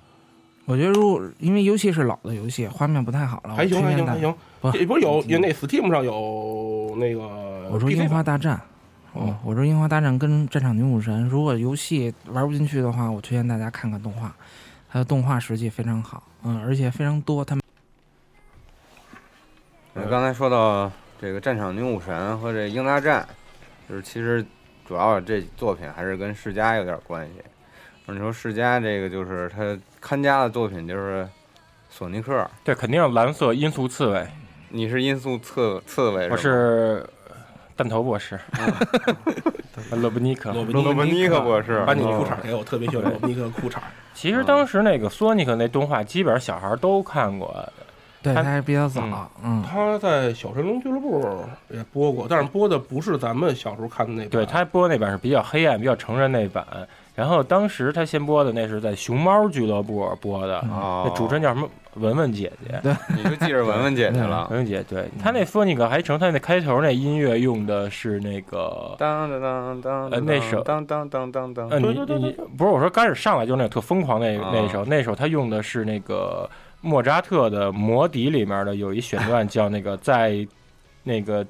E: 我觉得如果因为游戏是老的游戏，画面不太好了，
D: 还行
E: 我
D: 还
E: 推荐
D: 行
E: 大
D: 还
E: 家。
D: 行，
E: 不
D: 这不是有有那 Steam 上有那个
E: 我说《樱
D: PC 版
E: 花大战》，哦，我说《樱花大战》跟《战场女武神》，如果游戏玩不进去的话，我推荐大家看看动画，它的动画实际非常好，嗯，而且非常多。他们
A: 呃刚才说到这个《战场女武神》和这《英大战》，就是其实主要这作品还是跟世嘉有点关系。你说世嘉这个就是他看家的作品就是索尼克，
F: 对，肯定蓝色音速刺猬，
A: 你是音速刺刺猬
F: 我
A: 是
F: 是弹头博士， 勒布尼克。
A: 吗罗伯尼克哦博士，
D: 把你裤衩给我，特别喜欢你个裤衩。
F: 其实当时那个索尼克那动画，基本上小孩都看过，
E: 对，
F: 他
E: 它还比较早，嗯，
D: 他在《小神龙俱乐部》也播过，但是播的不是咱们小时候看的那版。
F: 对他播那版是比较黑暗、比较成人那版。然后当时他先播的那是在熊猫俱乐部播的，
E: 嗯
A: 哦
F: 那主持人叫什么？文文姐姐，
A: 你就记着文文姐去了。
F: 文文姐，对他那索尼克还成，他那开头那音乐用的是那个。
A: 当当当当，当当当当当，
F: 呃，你
D: 啊对对对
F: 你
D: 对对
F: 不是我说，刚开始上来就是那个特疯狂那
A: 啊
F: 那首，那首他用的是那个莫扎特的《魔笛》里面的有一选段叫那个在那个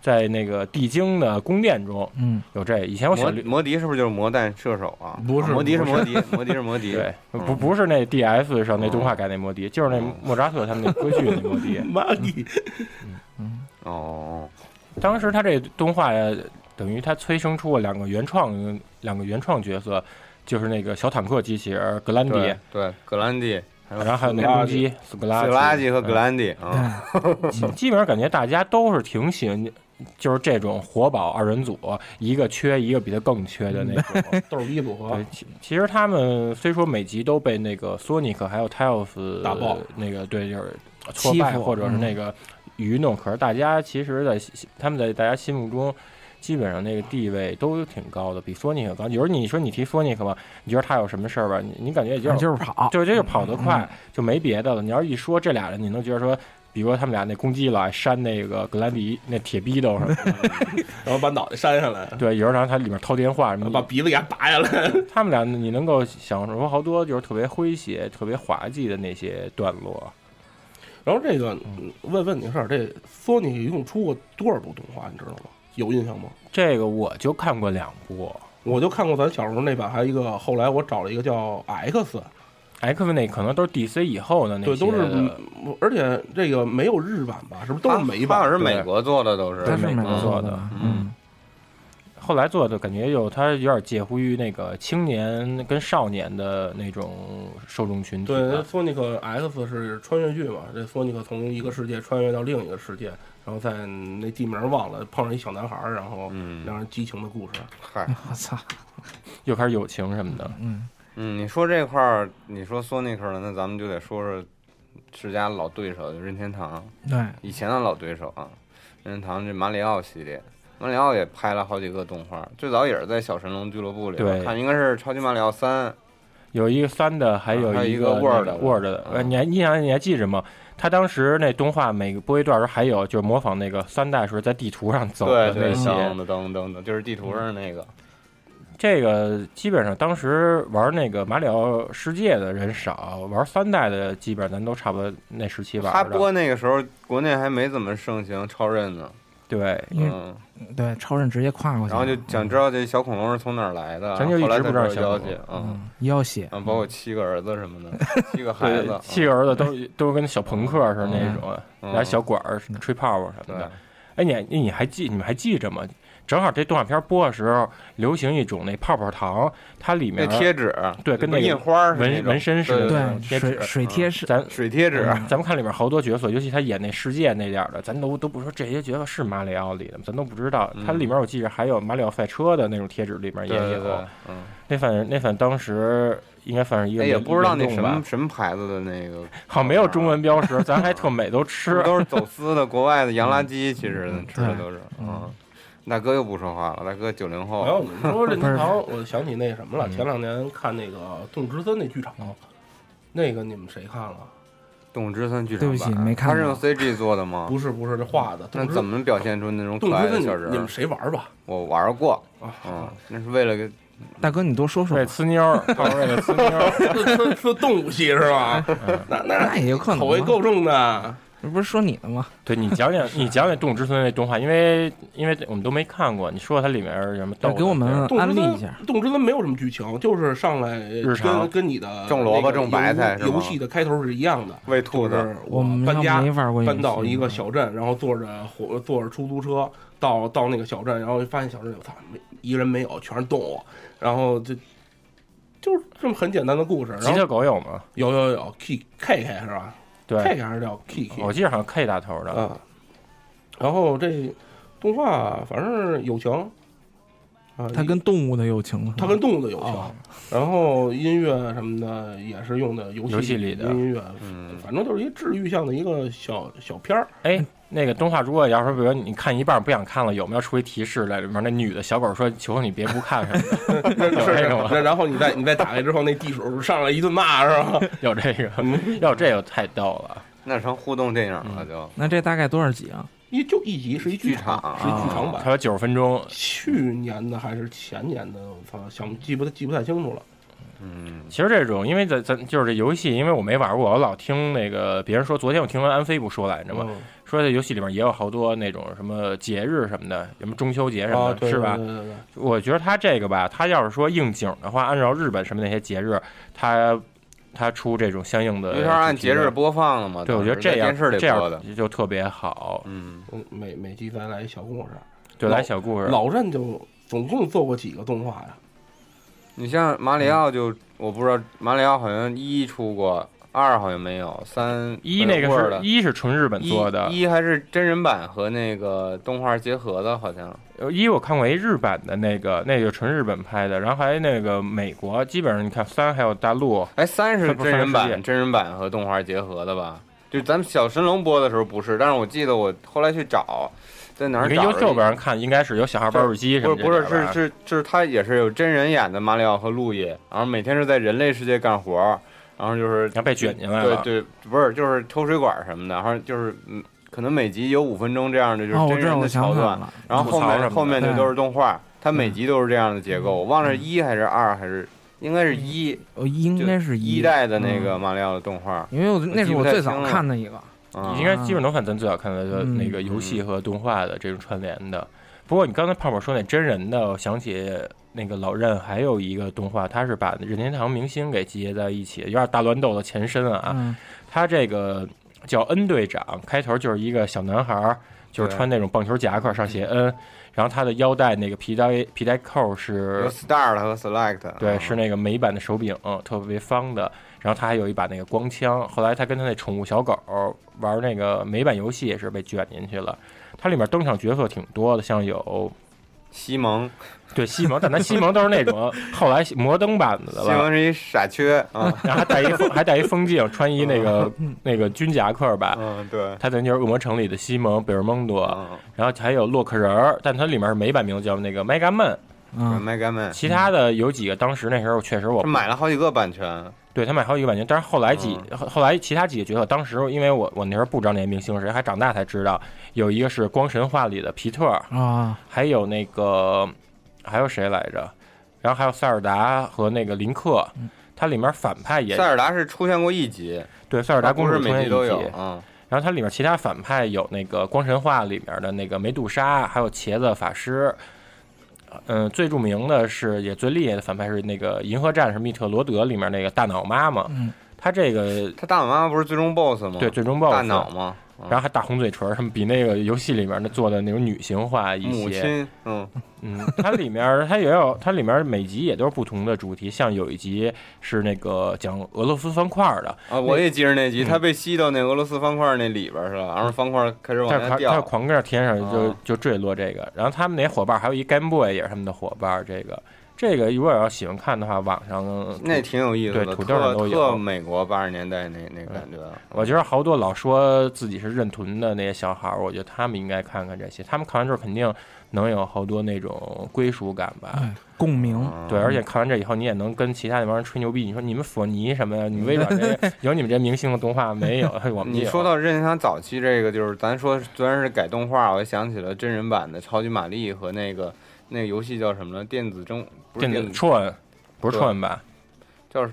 F: 在那个地精的宫殿中
E: 嗯，
F: 有这，以前我小
A: 摩
F: 六
A: 摩迪是不是就是魔弹射手啊？
D: 不是。
A: 摩迪是摩迪，摩迪是摩迪。
F: 对，不
A: 嗯
F: 不是那 DS 上那
A: 嗯
F: 动画改那摩笛，就是那
A: 嗯
F: 莫扎特他们那歌剧那摩笛
D: 妈逼，
A: 哦，
F: 当时他这动画呃等于他催生出了两个原创两个原创角色，就是那个小坦克机器人格兰迪，
A: 对对，格兰蒂，还
F: 然后还有那公鸡斯格拉
A: 斯拉基和
F: 嗯
A: 格兰蒂啊，
F: 基基本上感觉大家都是挺喜欢，就是这种活宝二人组，一个缺一个比他更缺的那种。
D: 逗逼组合
F: 对，，其其实他们虽说每集都被那个索尼克还有 Tails
D: 打爆，
F: 那个对，就是挫
E: 欺
F: 败
E: 负
F: 或者是那个愚弄，可是大家其实在心他们在大家心目中。基本上那个地位都挺高的，比索尼克高。有时候你说你提索尼克吧，你觉得他有什么事儿吧？你你感觉也
E: 那就是跑，
F: 对，这就
D: 嗯
F: 跑得快，就没别的了。你要一说这俩人，你能觉得说，比如说他们俩那公鸡老爱扇那个格兰迪那铁逼斗什么的，
D: 然后把脑袋扇下来，
F: 对，有时候让他里面掏电话什么
D: 把
F: 的。
D: 鼻子给他拔下来。
F: 他们俩你能够想出好多就是特别诙谐、特别滑稽的那些段落。
D: 然后这个嗯问问你个事儿，这索尼一共出过多少部动画，你知道吗？有印象吗？
F: 这个我就看过两部
D: 我就看过咱小时候那版，还有一个后来我找了一个叫 X，
F: ，X 那可能都是 DC 以后的那
D: 对，
F: 些
D: 都是
F: 的，
D: 嗯而且这个没有日版吧？是不是都
A: 他
D: 是美
A: 他好
D: 版？
A: 像是美国做的，都是
E: 它是美
F: 国
E: 国
F: 做
E: 做
F: 的
E: 吧，
A: 嗯
E: 嗯，
F: 后来做的感觉有它有点介乎于那个青年跟少年的那种受众群体
D: 对
F: 了。
D: 索尼克 X 是穿越剧嘛？这索尼克从一个世界穿越到另一个世界，然后在那地名忘了，碰上一小男孩儿，然后
A: 嗯
D: 两人激情的故事。
A: 嗨，
E: 嗯我操，
F: 又开始友情什么的。
E: 嗯，
A: 嗯，你说这块儿，你说索尼克了，那咱们就得说说世嘉老对手就任天堂，
E: 对，
A: 以前的老对手啊，任天堂这马里奥系列，马里奥也拍了好几个动画，最早也是在小神龙俱乐部里边
F: 对
A: 看，应该是超级马里奥三，
F: 有一个三的，还有
A: 啊还有一
F: 个
A: 个 Word
F: 那
A: 的
F: 个 Word 的。呃
A: 嗯
F: 你还印象你还记着吗？他当时那动画每个播一段时候，还有就是模仿那个三代时候在地图上走
A: 对
F: 的
A: 对，嗯
F: 那些。
A: 噔噔噔噔噔，就是地图上那个，
F: 这个基本上当时玩那个马里奥世界的人少，玩三代的基本上咱都差不多那时期
A: 他
F: 玩的。
A: 播那个时候国内还没怎么盛行超任呢，
F: 对，
E: 因为
A: 嗯，
E: 对，超人直接跨过去
A: 然
E: 了，
A: 后就想知道这小恐龙是从哪儿来的，
F: 咱就一直
A: 后来才
F: 不知道小
A: 了
F: 恐
A: 解
F: 龙，
A: 嗯。
E: 嗯，要挟，
A: 嗯，包括七个儿子什 么的，七个孩
F: 对
A: 子，，
F: 七个儿子都都跟小朋克似的那种，
A: 嗯
F: 拿小管儿吹泡泡 什么
A: 对
F: 的。，哎，你你还记你们还记着吗？正好这动画片播的时候，流行一种那泡泡糖，它里
A: 那
F: 面
A: 贴纸，
F: 对跟那个
A: 印花儿似的那
F: 纹
A: 种
F: 纹身似的嗯
A: 对
F: 那种贴
E: 水
F: 纸。
E: 水贴是，
F: 咱
A: 水贴纸，
F: 咱们看里面好多角色，尤其他演那世界那点儿的，咱都都不说这些角色是马里奥里的，咱都不知道。它
A: 嗯
F: 里面我记着还有马里奥赛车的那种贴纸，里面也
A: 对对
F: 有
A: 对。，嗯，
F: 那反那反当时应该算是一个
A: 哎，也
F: 联
A: 不知道那
F: 联
A: 什
F: 动吧
A: 么什么牌子的那个，
F: 好没有中文标识，咱还特美 都吃。
A: 都是走私的国外的洋垃圾，其实吃的都是，
E: 嗯
A: 嗯。大哥又不说话了，大哥九零
D: 然后
A: 后，
D: 你们说任 天堂，我想起那什
A: 嗯
D: 么了，前两年看那个动之森那剧场，那个你们谁看了？
A: 动之森剧
E: 对不
A: 场
E: 起
A: 版，啊
E: 没看
A: 他是
E: 过
A: 用 CG 做的吗？
D: 不是不是，这画的。
A: 那
D: 动之
A: 怎么表现出那种
D: 动
A: 可爱
D: 之
A: 的
D: 森
A: 小
D: 你？你们
A: 人？
D: 谁玩 吧？
A: 我玩过，嗯
D: 啊，，
A: 那是为了个
E: 大哥你多说说
F: 为
E: 吧，
F: 呲妞儿，他是为了呲妞儿。
D: 是是动物系是吧？
A: 嗯
D: 那那
E: 那也有可能
D: 口味
E: 吗
D: 够重的。
E: 这不是说你的吗？
F: 对你讲讲，你讲讲《动物之森》那动画，因为因为我们都没看过，你说它里面有什么逗的？
E: 给我们
D: 动
E: 啊安
D: 之
E: 利
D: 森
E: 一下，
D: 动之森没有什么剧情，就是上来呃
F: 常
D: 跟跟你的
A: 种萝卜
D: 那个
A: 种白菜
D: 游
A: 是吗
D: 游戏的开头是一样的。
A: 喂兔子，
D: 就是
E: 我啊们
D: 搬
E: 要
D: 家
E: 没玩过游戏，嗯
D: 搬到一个小镇，然后坐着火坐着出租车到到那个小镇，然后就发现小镇有操没一人没有，全是动物，然后就就是这么很简单的故事。
F: 吉
D: 然
F: 特
D: 后
F: 狗有吗？
D: 有有有 K K K 是吧？K
F: 对，
D: K 还是叫 K K？
F: 我记得好像 K 打头的。
D: 啊。然后这动画反正友情啊，
E: 它跟动物的友情吗，
D: 它跟动物的友情，
E: 哦
D: 然后音乐什么的也是用的游
F: 游戏里的
D: 音乐，
A: 嗯，
D: 反正就是一治愈向的一个小小片儿。
F: 哎，那个动画如果要是比如你看一半不想看了，有没有出一提示来？里面那女的小狗说：“求求你别不看什么
D: 是
F: 有这
D: 是
F: 个吗
D: 然然后你再你再打开之后，那地主上来一顿骂是吧？
F: 的。”有这个，要有这个太逗了。
A: 那成互动电影
F: 嗯
A: 了就。
E: 那这大概多少集啊？
D: 一就一集是一剧
A: 剧场啊
D: 是一剧场
F: 它
D: 版。
F: 有九十分钟，
D: 去年的还是前年的，我操，想记不记不太清楚了。
A: 嗯，
F: 其实这种，因为咱咱就是这游戏，因为我没玩过，我老听那个别人说。昨天我听完安飞不说来着吗？
D: 嗯
F: 说这游戏里面也有好多那种什么节日什么的，什么中秋节什
D: 啊，
F: 么的，
D: 对
F: 是吧
D: 对？对对对
F: 我觉得他这个吧，他要是说应景的话，按照日本什么那些节日，他他出这种相应的
A: 因为
F: 主题的，
A: 它是按节日播放的嘛，
F: 对，我觉得
A: 啊当时在
F: 这样
A: 电视里
F: 这
A: 播的，
F: 样就特别好，
A: 嗯，
D: 嗯，每每集咱来一小故事。
F: 对，
D: 老
F: 来小故事，
D: 老任就总共做过几个动画呀？
A: 你像马里奥就我不知道，马里奥好像一出过，二好像没有，三
F: 一那个是
A: 的。
F: 一是纯日本
A: 一
F: 做的，
A: 一还是真人版和那个动画结合的，好像
F: 呃一我看过一日版的那个，那个纯日本拍的，然后还有那个美国，基本上你看三还有大陆，
A: 哎，三是
F: 它不是
A: 真人
F: 三世界
A: 版，真人版和动画结合的吧？就咱们小神龙播的时候不是，但是我记得我后来去找，在哪
F: 你
A: 儿
F: 跟
A: 找着
F: YouTube 上看应该是有小孩玩手机什
A: 不
F: 么
A: 是
F: 这
A: 不是
F: 种
A: 是
F: 吧
A: 是是，他也是有真人演的马里奥和路易，然后每天是在人类世界干活儿，然后就是
F: 然后被卷进来了
A: 对对，不是就是抽水管什么的，然后就是嗯，可能每集有五分钟这样的就是
E: 哦，我
A: 真
E: 知道，
A: 人
E: 我
A: 的
E: 想
A: 桥
E: 起来
A: 段，
E: 了，
A: 然后后
F: 吐槽
A: 面
F: 什么的
A: 后面就
E: 对嗯
A: 都是动画，它每集都是这样的结构，我忘了是一还是二还是应该是一，
E: 呃，应该是
A: 就一代的那
E: 嗯
A: 个马里奥的动画，
E: 因为我那是我最早
A: 我记不太清了
E: 看的一个，
A: 嗯
F: 应该基本能看咱最早看到的
E: 啊嗯
F: 那个游戏和动画的这种串联的。不过你刚才泡泡说那真人的，我想起那个老任还有一个动画，他是把任天堂明星给结在一起，有点大乱斗的前身啊。
E: 嗯，
F: 他这个叫 N 队长，开头就是一个小男孩儿，就是
A: 对
F: 穿那种棒球夹克上写 N，然后他的腰带那个皮带皮带扣是
A: 有 Start 和 Select，
F: 对，
A: 嗯
F: 是那个美版的手柄，特别方的。然后他还有一把那个光枪。后来他跟他那宠物小狗玩那个美版游戏也是被卷进去了。它里面登场角色挺多的，像有
A: 西蒙，
F: 对西蒙，但咱西蒙都是那种 后来摩登版的
A: 西
F: 了
A: 蒙，是一傻缺 啊，
F: 然后还戴一风还戴一风镜，穿一那
A: 哦
F: 个那个军夹克吧，
A: 嗯，对，
F: 他等于就是恶魔城里的西蒙贝尔蒙多，
A: 嗯，
F: 然后还有洛克人儿，但它里面是美版名字叫那个 Mega Man，
E: 嗯，
A: 麦干曼，
F: 其他的有几个当时那时候确实我
A: 他买了好几个版权，
F: 对他买好几个版权，但是后来几、
A: 嗯
F: 后后来其他几个角色，当时因为我我那时候不知道那些明星是谁，还长大才知道，有一个是《光神话》里的皮特，
E: 啊，
F: 还有那个还有谁来着？然后还有塞尔达和那个林克，它里面反派也
A: 嗯塞尔达是出现过一集，啊
F: 对塞尔达公
A: 不
F: 主
A: 是
F: 出现
A: 每
F: 一
A: 集都有
F: 集，
A: 嗯，
F: 然后它里面其他反派有那个《光神话》里面的那个梅杜莎，还有茄子法师。嗯，最著名的是也最厉害的反派是那个《银河战士密特罗德》里面那个大脑妈妈，
E: 嗯
F: 他这个
A: 他大脑妈妈不是最终 BOSS 吗？
F: 对最终 BOSS
A: 哦大脑吗？嗯
F: 然后还大红嘴唇儿，什么比那个游戏里面的做的那种女性化一
A: 母
F: 些。
A: 亲，嗯，
F: 嗯，它里面儿它也有，它里面儿每集也都是不同的主题，像有一集是那个讲俄罗斯方块儿的，
A: 啊，我也记着那
F: 嗯
A: 集，他被吸到那俄罗斯方块那里边去了，然后方块开始往
F: 它
A: 下
F: 狂它
A: 掉，
F: 狂跟天上就、
A: 啊
F: 就坠落这个。然后他们那伙伴儿还有一 Game Boy 也是他们的伙伴儿，这个这个如果要喜欢看的话，网上
A: 那挺有意思的，
F: 对土豆上
A: 特
F: 都有
A: 特美国八十年代那那感觉，啊
F: 我觉得好多老说自己是认屯的那些小孩儿，我觉得他们应该看看这些，他们看完之后肯定能有好多那种归属感吧。
E: 哎共鸣，
A: 嗯
F: 对，而且看完这以后，你也能跟其他那帮人吹牛逼。你说你们索尼什么呀？你微软 这有你们这明星的动画没有？ 我们
A: 嗯你
F: 有
A: 说到任天堂早期这个，就是咱说虽然是改动画，我也想起了真人版的超级玛丽和那个那个游戏叫什么呢？电子争不是
F: 电
A: 电
F: 子
A: 子
F: 串，不是串吧？
A: 叫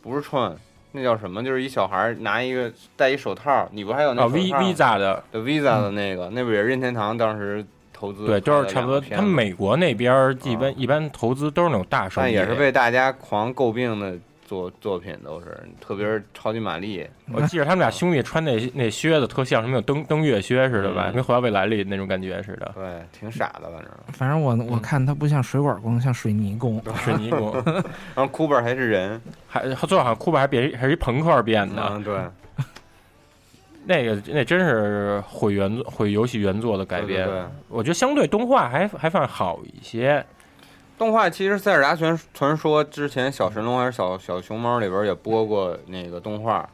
A: 不是串，那叫什么？就是一小孩儿拿一个戴一手套，你不还有那
F: 啊
A: 手套
F: ，V
A: 吗
F: Visa 的，
A: 对 Visa 的那个，那不也是任天堂当时投资
F: 对，都
A: 拍的
F: 是差不多。
A: 两个片
F: 他们
A: 子
F: 美国那边儿一
A: 啊
F: 般一般投资都是那种大手
A: 但
F: 笔，
A: 也是被大家狂诟病的作作品都是，特别是超级玛丽，
F: 我记着他们俩兄弟穿那那靴子，特像什么有登登月靴似的吧，
A: 嗯
F: 跟《回到未来》里那种感觉似 的，
A: 对，挺傻的反正。
E: 反正我
A: 嗯
E: 我看它不像水管工，像水泥工，
F: 水泥工，
A: 然后 Cooper 还是人，
F: 还最后好像库巴还变还是一朋克儿变的，
A: 嗯，对，
F: 那个那真是毁原作毁游戏原作的改
A: 对对
F: 编。
A: 对
F: 我觉得相对动画还还算好一些，
A: 动画其实《塞尔达传传说》之前，小神龙还是小小熊猫里边也播过那个动画，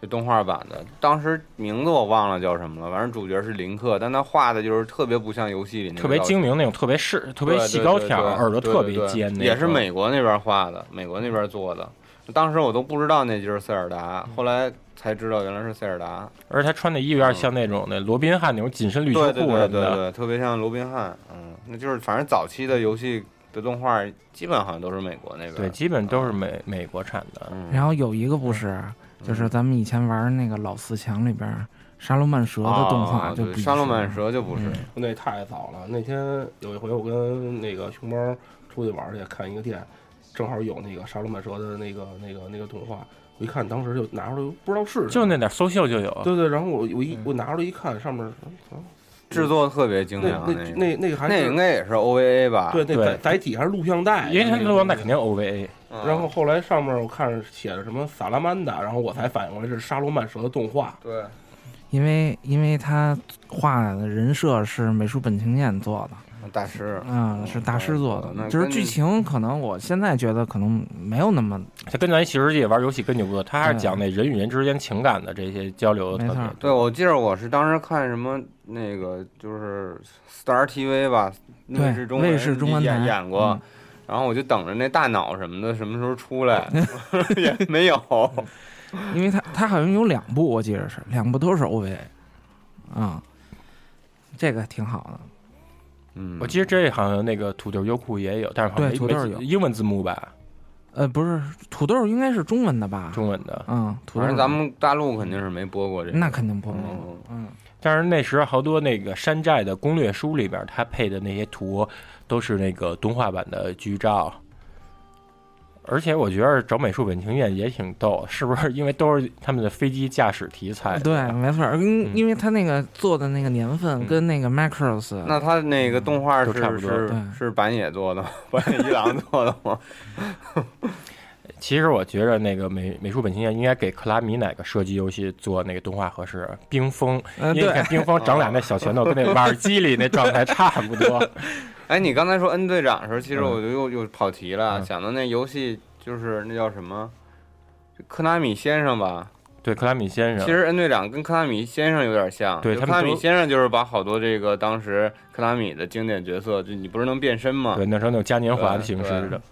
A: 就动画版的。当时名字我忘了叫什么了，反正主角是林克，但他画的就是特别不像游戏里那个
F: 特别
A: 造型
F: 精，明那种，特别是
A: 特
F: 特别细高挑，耳朵特别尖那种。
A: 也是美国那边画的，美国那边做的。当时我都不知道那就是塞尔达，
F: 嗯
A: 后来才知道原来是塞尔达。
F: 而且他穿的衣服有点像那种那罗宾汉那种紧身绿秋
A: 嗯对
F: 裤
A: 对
F: 什么
A: 对
F: 的。
A: 对对，特别像罗宾汉，嗯，那就是反正早期的游戏的动画基本好像都是美国那边。
F: 对基本都是美美国产的。
A: 嗯，
E: 然后有一个不是，就是咱们以前玩那个老四强里边儿沙罗曼蛇的动画
A: 哦
E: 就
A: 对
E: 不一
A: 沙罗曼
E: 样，
A: 蛇就不是，
E: 嗯
D: 那太早了。那天有一回，我跟那个熊猫出去玩去，看一个店，正好有那个《沙罗曼蛇》的那个、那个、那个动画，我一看，当时就拿出来，不知道是什么
F: 就那点搜秀就有，
D: 对对，然后我我一
A: 嗯
D: 我拿出来一看，上面嗯
A: 制作特别精
D: 那
A: 良
D: 那
A: 个
D: 那那个还
A: 啊那
D: 是
A: 应该也啊是 OVA 吧？
D: 对，那
F: 对
D: 载载体还是录像带，
F: 因为他
D: 那
F: 那
D: 个
F: 录像带肯定 OVA，
A: 嗯
D: 然后后来上面我看着写着什么萨拉曼达，然后我才反应过来是沙罗曼蛇的动画。
A: 对，
E: 因为因为他画的人设是美术本情彦做的，
A: 大师，
E: 嗯，是大师做
A: 那
E: 的，就是
A: 跟
E: 剧情可能我现在觉得可能没有那么
F: 他跟咱《新世界》玩游戏根本就不错，他还是讲那人与人之间情感的这些交流的特
E: 嗯没
F: 别
E: 错。
A: 对，我记得我是当时看什么那个就是 Star TV 吧，
E: 对
A: 卫视中
E: 卫视中文
A: 演
E: 台
A: 演过
E: 嗯，
A: 然后我就等着那大脑什么的什么时候出 来，也没有。
E: 因为他他好像有两部，我记着是两部都是 OVA，啊、这个挺好的。
A: 嗯，
F: 我记得这好像那个土豆优酷也有，但是好像
E: 对
F: 没
E: 土豆有
F: 没英文字幕吧，
E: 呃，不是土豆应该是中文的吧？
F: 中文的。
E: 嗯，土豆
A: 反正咱们大陆肯定是没播过这个。
E: 那肯定不能。
A: 嗯
E: 嗯，
F: 但是那时候好多那个山寨的攻略书里边，他配的那些图都是那个动画版的剧照，而且我觉得找美术本情彦也挺逗，是不是？因为都是他们的飞机驾驶题材，
E: 对，没错儿，因
F: 嗯
E: 因为他那个做的那个年份
F: 嗯
E: 跟那个 Macros，、
A: 那他那个动
E: 嗯
A: 画
F: 都
A: 是
F: 差不多
A: 是
E: 对
A: 是板野做的吗？板野一郎做的吗？
F: 其实我觉着那个美美术本心应该给克拉米哪个射击游戏做那个动画合适，冰封，
A: 啊
E: 嗯
F: 因为你
E: 对
F: 看冰封长俩那小 拳头跟那瓦尔基里那状态差不多，
A: 哎，你刚才说 N 队长的时候，其实
F: 嗯
A: 我就又又跑题了，
F: 嗯
A: 想到那游戏就是那叫什么，科纳米先生吧。
F: 对克拉米先生，
A: 其实 N 队长跟科纳米先生有点像，
F: 啊对
A: 就
F: 他
A: 科
F: 们
A: 纳
F: 都
A: 米先生就是把好多这个当时科纳米的经典角色，就你不是能变身吗？
F: 对那时候那种嘉年华的形式
A: 对
F: 的，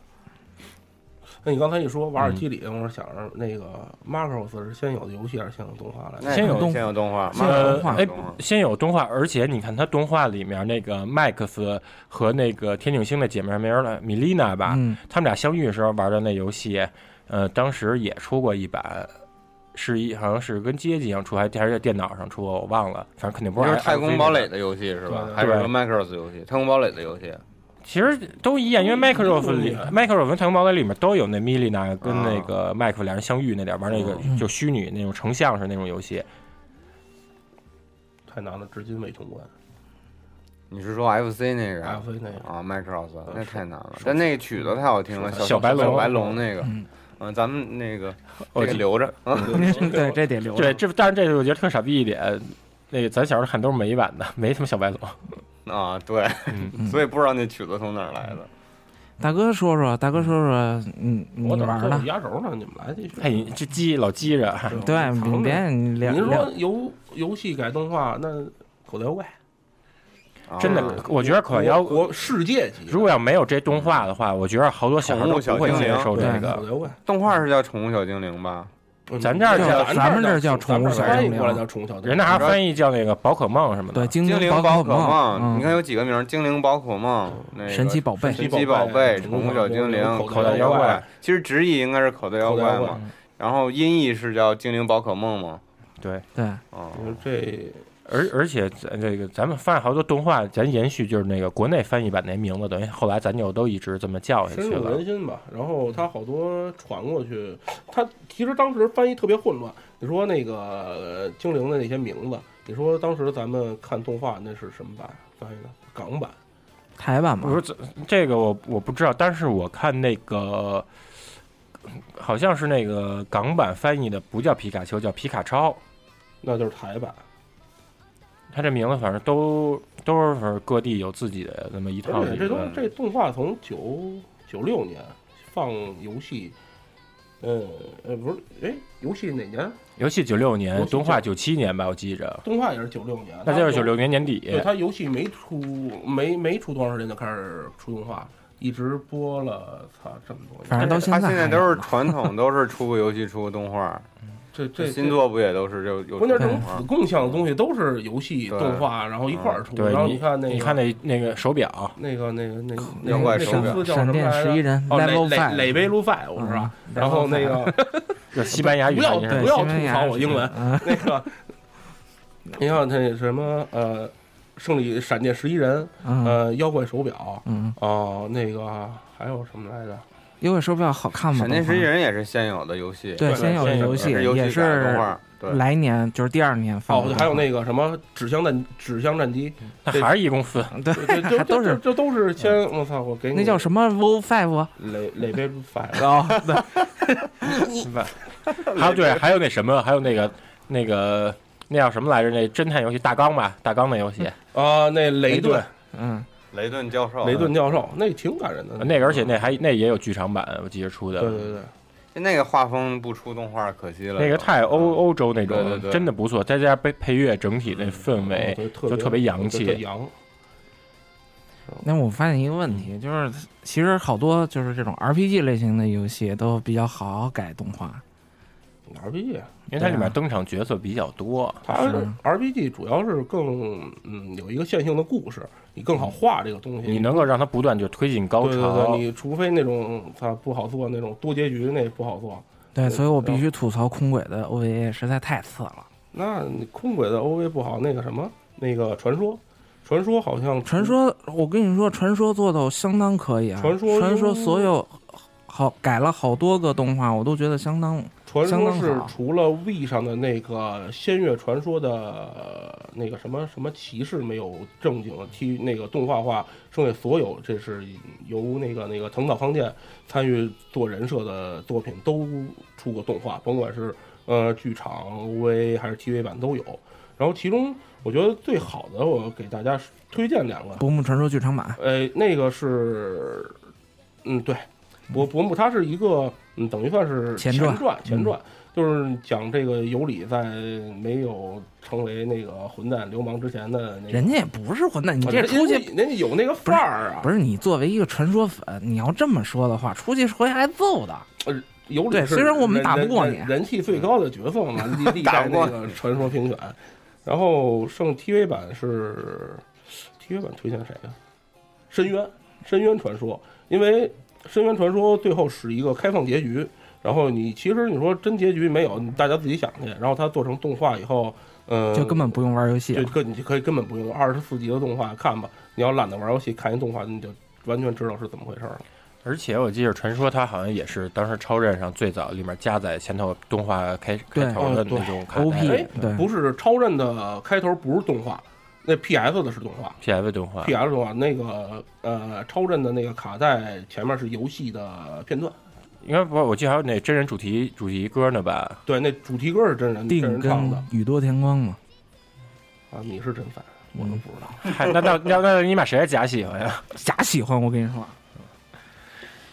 D: 那你刚才一说瓦尔基
F: 嗯
D: 里，我是想着那个 Marcos 是先有的游戏还是先有动画来着？
A: 那
F: 先有
A: 有
E: 动
A: 先有动画，
E: 先有
A: 漫
E: 动画
A: 画先有
F: 哎
A: 动画，
F: 先有动画，而且你看它动画里面那个麦克斯和那个天井星的姐妹名儿了米莉娜吧，
E: 嗯，
F: 他们俩相遇的时候玩的那游戏，呃，当时也出过一版，是一好像是跟街机上出，还还是在电脑上出过，我忘了，反正肯定不
A: 就是是
F: F-
A: 太空
F: FV
A: 堡
F: 的
A: 垒。的游戏是吧
D: 对？
A: 还是
F: 哎对
A: 说 Macross 游戏？太空堡垒的游戏，
F: 其实都一样，因为 Microsoft 里
D: 嗯
F: Microsoft 跟太空堡垒里面都有那米莉娜跟
A: 啊
F: 那个麦克俩人相遇那点儿玩那个就虚拟那种成像式那种游戏，
D: 太难了，至今未通关。
A: 你是说 FC 那个
D: F A 那个
A: 啊，Macross 那太难了
D: 手，
A: 但那个曲子太好听了，
F: 呃手
A: 小
F: 小白龙
A: 小白龙那个
E: 嗯，
A: 嗯，咱们那个
F: 我
A: 这个
F: 记嗯
A: 留着啊，
E: 对，这得留着。
F: 对，这但是这个我觉得特傻逼一点，那个咱小时候看都是美版的， 没他妈小白龙。
A: 啊，对，
F: 嗯，
A: 所以不知道那曲子从哪儿来的。
E: 大哥说说，大哥说说，嗯，你
D: 我等
E: 玩
D: 着
E: 的？
D: 压轴呢，你们来继续。
F: 哎，你这鸡老鸡着，
E: 啊对，你别你聊
D: 您
E: 聊
D: 说游游戏改动画，那口袋妖怪
A: 啊
F: 嗯真的，我觉得可要
D: 国国世界级的，
F: 如果要没有这动画的话，我觉得好多小孩都不会接受这
E: 那
D: 口
F: 个。
D: 袋妖怪。
A: 动画是叫《宠物小精灵》吧？
D: 嗯
F: 咱这儿叫
E: 咱们
D: 这
E: 这儿叫
D: 咱
E: 宠
D: 们
E: 物
D: 这
E: 小
D: 儿
E: 精灵
D: 翻译过来叫宠物小精灵
F: 人那还翻译叫那个宝可梦什么的
E: 对，，精
A: 精灵
E: 宝
A: 宝
E: 可
A: 梦，
E: 梦，
A: 你看有几个名儿？精灵宝可梦，
E: 嗯，
A: 那个
E: 神奇宝贝，
A: 神奇宝贝、
D: 宠
A: 宠
D: 物
A: 物
D: 小
A: 小
D: 精
A: 精
D: 灵
A: 灵、
D: 口
F: 嗯袋妖怪。
A: 其实直译应该是口袋妖
D: 口袋
A: 怪
D: 妖怪
F: 嗯
A: 嘛，然后音译是叫精灵宝可梦嘛。
F: 对，
E: 对，
A: 哦，
D: 嗯这
F: 而而且咱这个咱们翻译好多动画，咱延续就是那个国内翻译版那名字，等于后来咱就都一直这么叫下
D: 深
F: 去
D: 入
F: 了
D: 人。心吧。然后它好多传过去，它其实当时翻译特别混乱。你说那个呃精灵的那些名字，你说当时咱们看动画那是什么版翻译的？港版。
E: 台版嘛
F: 不，是这这个我我不知道，但是我看那个好像是那个港版翻译的不叫皮卡丘，叫皮卡超。
D: 那就是台版，
F: 他这名字反正都都是各地有自己的那么一套嗯
D: 而且
F: 理
D: 这东
F: 论。
D: 这动画从九九六年放游戏，呃呃不是，哎，游戏哪年？
F: 游戏九六
D: 游
F: 年，
D: 戏
F: 动画九七年吧，我记着，
D: 动画也是九六年，
F: 那就是
D: 它
F: 九六年年
D: 对
F: 底。
D: 他游戏没出没没出多长时间就开始出动画，一直播了，操这么多
E: 反
D: 年，
E: 正到
A: 他现
E: 在
A: 在
E: 还
A: 都
E: 有
A: 是传统，都是出个游戏出个动画，
D: 这这
A: 新。作不也都是就有
D: 关键
A: 动
D: 这种
A: 画
D: 子？共享的东西都是游戏、
A: 对
D: 动画，然后一块儿出。
F: 嗯对
D: 然，后
F: 你
D: 看那个，
F: 你看那那个手表，
D: 那个那个那个那
A: 妖怪
D: 个
A: 手
D: 公
A: 表
D: 司叫什
E: 闪
D: 么
E: 电
D: 来着
E: 十一人
D: 哦，
E: ，Level
D: 磊磊
E: Five，
D: 磊杯路 five 是吧？
E: 嗯
D: 然后那个
F: 就西班牙语
D: 不要
F: 翻译
D: 不
F: 是
D: 要
E: 西
D: 吐
E: 班牙
D: 槽
E: 是
D: 我英文，
E: 嗯
D: 那个，你看那什么呃，胜利闪电十一人，
E: 嗯
D: 呃，妖怪手表，
E: 嗯，
D: 哦，那个还有什么来着？
E: 优惠手表好看吗？
A: 闪电
E: 动画
A: 十一人也是现有的游戏，
E: 对，
F: 对
E: 先有
F: 先有
E: 游
F: 的
E: 戏
A: 游戏
E: 也
A: 改的动
E: 是
A: 画，对，
E: 来年就是第二年放
D: 哦
E: 的，
D: 还有那个什么纸箱战纸箱战机，
F: 那还是一公司。
E: 对
D: 这
E: 还
D: 这，这
E: 都
D: 这
E: 是
D: 这都是先我操，我给你
E: 那叫什么 Vo Five 啊
D: 磊磊贝反了，
E: 哦，
F: 还有对，还有那什么，还有那个那个那叫什么来着？那侦探游戏大纲吧，大纲那游戏，
D: 啊，那雷顿
E: 嗯，
A: 雷顿教授，啊
D: 雷顿教授那挺感人的
F: 那个而且那还那也有剧场版，我记得出
D: 嗯对
F: 的。
D: 对对，
A: 那个画风不出动画可惜了，嗯
F: 那个太
D: 嗯
F: 欧欧洲那
A: 对对
F: 种
A: 对
F: 真的不错，再加上配配乐整体那氛围，
D: 哦
F: 哎就特别洋气
D: 特别洋，
E: 那我发现一个问题，就是其实好多就是这种 RPG 类型的游戏都比较好改动画，
D: RPG，
F: 因为它
E: 对
F: 里面
E: 啊
F: 登场角色比较多。
D: 它是 RPG 主要是更嗯有一个线性的故事，你更好画这个东西，
F: 你能够让它不断就推进
D: 嗯
F: 高
D: 对对对，
F: 潮，
D: 你除非那种它不好做那种多结局那不好做，
E: 对，
D: 对
E: 所以我必须吐槽空轨的 OVA 实在太次了。
D: 那你空轨的 OV 不好，那个什么那个传说，传说好像
E: 传说，我跟你说，传说做的相当可以啊，
D: 传说
E: 传说所有好改了好多个动画，我都觉得相当
D: 传
E: 相
D: 说
E: 当
D: 是
E: 好
D: 除了 V 上的那个《仙乐传说》的那个什么什么骑士没有正经踢那个动画化，剩下所有这是由那个那个藤岛康健参与做人设的作品都出过动画，甭管是呃剧场 OVA 还是 TV 版都有。然后其中我觉得最好的，我给大家推荐两个，
E: 薄暮传说剧场版，
D: 呃，那个是，嗯，对，伯伯母他是一个，嗯，等于算是
E: 前
D: 传，
E: 传
D: 前传，
E: 嗯
D: 就是讲这个尤里在没有成为那个混蛋流氓之前的那个，
E: 人家也不是混蛋，你
D: 啊
E: 这
D: 人
E: 出去
D: 人家人家有那个范儿啊，
E: 不是你作为一个传说粉，你要这么说的话，出去是回来挨揍的。
D: 尤里
E: 对
D: 是
E: 虽然我们
D: 人
E: 打不过
D: 人
E: 你
D: 人气最高的角 色嘛，历历代那个传说评选，然后剩 TV 版是 TV 版推荐谁呀、深渊，深渊传说，因为深渊传说最后是一个开放结局，然后你其实你说真结局没有，大家自己想去，然后它做成动画以后，嗯、
E: 就根本不用玩游戏
D: 就
E: 了。
D: 根你就可以根本不用二十四集的动画看吧，你要懒得玩游戏看一动画，你就完全知道是怎么回事了。
F: 而且我记得传说它好像也是当时超任上最早里面加载前头动画开开
D: 哦
F: 头的那种卡带
E: OP
D: 哎
E: 对
D: 不是超任的开头不是动画，那 PS 的是动画
F: PF 动画。
D: ，PS 动画那个呃超任的那个卡带前面是游戏的片段，
F: 应该不，我记得还有那真人主题主题歌呢吧？
D: 对，那主题歌是真人真
E: 定
D: 人唱
E: 跟
D: 的
E: 宇多田光嘛，
D: 啊，你是真烦，
E: 嗯
D: 我都不知道。
F: 嗨，那 那那那你把谁假喜欢呀？
E: 假喜欢我跟你说，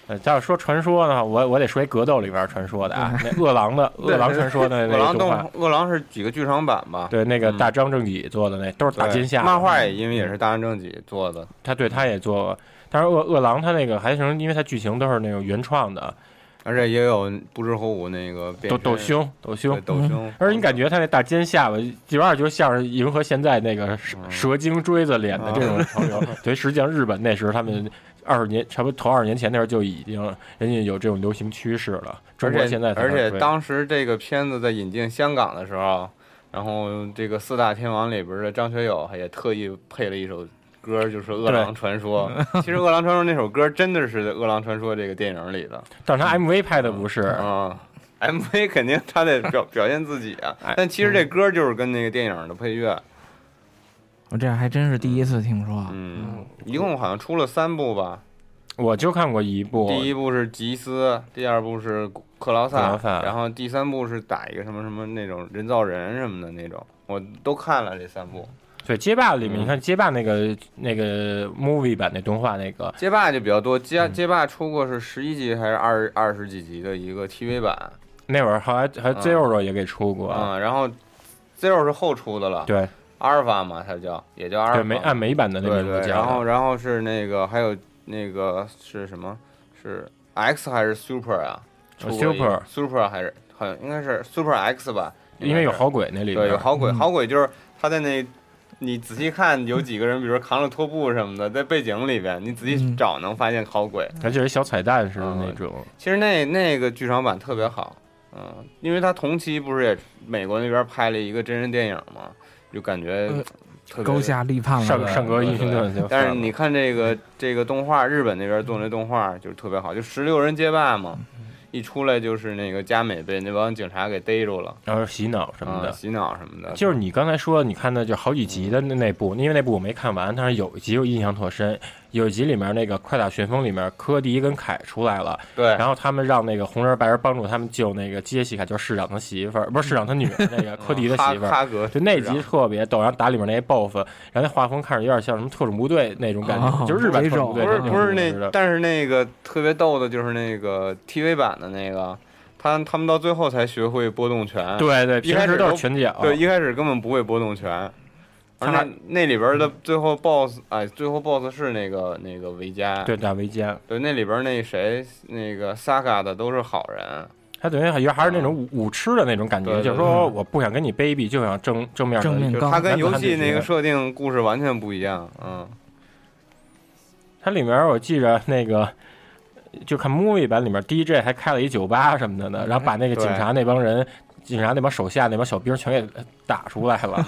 F: 呃，要是说传说呢，我我得说一格斗里边传说的啊，那饿狼的饿狼传说的
A: 饿
F: 那
A: 狼
F: 个动画
A: 动，饿狼是几个剧场版吧？
F: 对，那个大张正己做的那都是打
A: 对
F: 金夏的
A: 漫画也因为也是大安正己做的，
F: 他对他也做过，但是饿饿狼他那个还行，因为他剧情都是那种原创的，
A: 而且也有不知火舞那个变
F: 抖抖
A: 身
F: 胸抖
A: 对
F: 胸。
A: 抖
E: 嗯
A: 胸，
F: 而且你感觉他那大尖下巴，基本上就像是迎合现在那个蛇蛇精锥子脸的这种潮流。对，实际上日本那时候他们二十年，差不多头二十年前那时候就已经人家有这种流行趋势了。中
A: 而
F: 国
A: 且
F: 现在才
A: 而且
F: 对
A: 当时这个片子在引进香港的时候，然后这个四大天王里边的张学友也特意配了一首歌，就是《饿狼传说》。其实《饿狼传说》那首歌真的是《饿狼传说》这个电影里的
F: 但是他 MV 拍的不是，
A: 啊。MV 肯定他得表 表现自己啊，
F: 哎
A: 但
F: 嗯
A: 其实这歌就是跟那个电影的配乐，
E: 我这还真是第一次听说。
A: 嗯，一共好像出了三部吧。
F: 我就看过一部，
A: 第一部是吉斯，第二部是克劳
F: 克
A: 萨
F: 劳，萨
A: 然后第三部是打一个什么什么那种人造人什么的那种，我都看了这三部。
F: 对街霸里面，
A: 嗯
F: 你看街霸那个那个 movie 版那动画那个，
A: 街霸就比较多，
F: 嗯
A: 街街霸出过是十一集还是二二十几集的一个 TV 版，
F: 那会儿还还 Zero 也给出过，
A: 嗯，然后 Zero 是后出的了，
F: 对
A: 阿尔法嘛，它叫也叫阿尔
F: 对，
A: 法，
F: 美按美版的那
A: 对
F: 名字
A: 对，
F: 叫
A: 然后
F: 的。
A: 然后是那个还有那个是什么是 X 还是 Super 啊
F: 呃
A: 出过一
F: Super
A: Super 还是好像应该是 Super X 吧，应
F: 因为
A: 该
F: 有
A: 是
F: 好鬼那里边
A: 对，有好鬼，
E: 嗯
A: 好鬼就是他在那，你仔细看有几个人，比如说扛着拖布什么的，在背景里边，你仔细
E: 嗯
A: 找能发现好鬼。
F: 而且是小彩蛋似的
A: 嗯
F: 那种。
A: 其实那那个剧场版特别好，嗯，因为他同期不是也美国那边拍了一个真人电影嘛，就感觉
E: 呃
A: 特别
E: 高。下立判了，
F: 上上格一星顿就犯了，
A: 但是你看这
F: 嗯
A: 个这个动画，日本那边做那动画就是特别好，就十六人街霸嘛，
F: 嗯
A: 一出来就是那个佳美被那帮警察给逮住了，
F: 然后洗脑什么
A: 啊，
F: 的。
A: 洗脑什么的，
F: 就是你刚才说，你看的就好几集的那那部，因为那部我没看完，但是有一集我印象特深。有一集里面那个《快打旋风》里面，科迪跟凯出来了，
A: 对，
F: 然后他们让那个红人白人帮助他们救那个杰西卡，就是市长的媳妇儿，不是市长他女儿，那个科迪的
A: 嗯哈
F: 媳妇儿。
A: 哈啊格
F: 就那
A: 市长
F: 集特别逗，然后打里面那 BOSS，然后那画风看着有点像什么特种部队那种感觉，
E: 哦
F: 就是日本特种部队
A: 不是
F: 那种
A: 不是
F: 感觉
A: 那，
F: 的
A: 但是那个特别逗的就是那个 TV 版的那个，他他们到最后才学会波动拳，
F: 对对，
A: 一
F: 平
A: 开
F: 时
A: 始
F: 都是
A: 都
F: 拳脚，
A: 对，一开始根本不会波动拳。而那那里边的最后 BOSS，哎，最后 BOSS 是那个那个维嘉，
F: 对打围歼，
A: 对，那里边那谁那个 Saga 的都是好人，
F: 他等于还还是那种舞舞痴的那种感觉，
A: 嗯对对
F: 就是说我不想跟你卑鄙，就想正正面的
E: 正面
A: 就是
E: 刚
A: 他跟
F: 男子汉
A: 游戏
F: 对决
A: 那个设定故事完全不一样，嗯，
F: 它里面我记着那个，就看 movie 版里面 DJ 还开了一酒吧什么的呢，然后把那个
A: 嗯对
F: 警察那帮人、警察那帮手下那帮小兵全给打出来 了。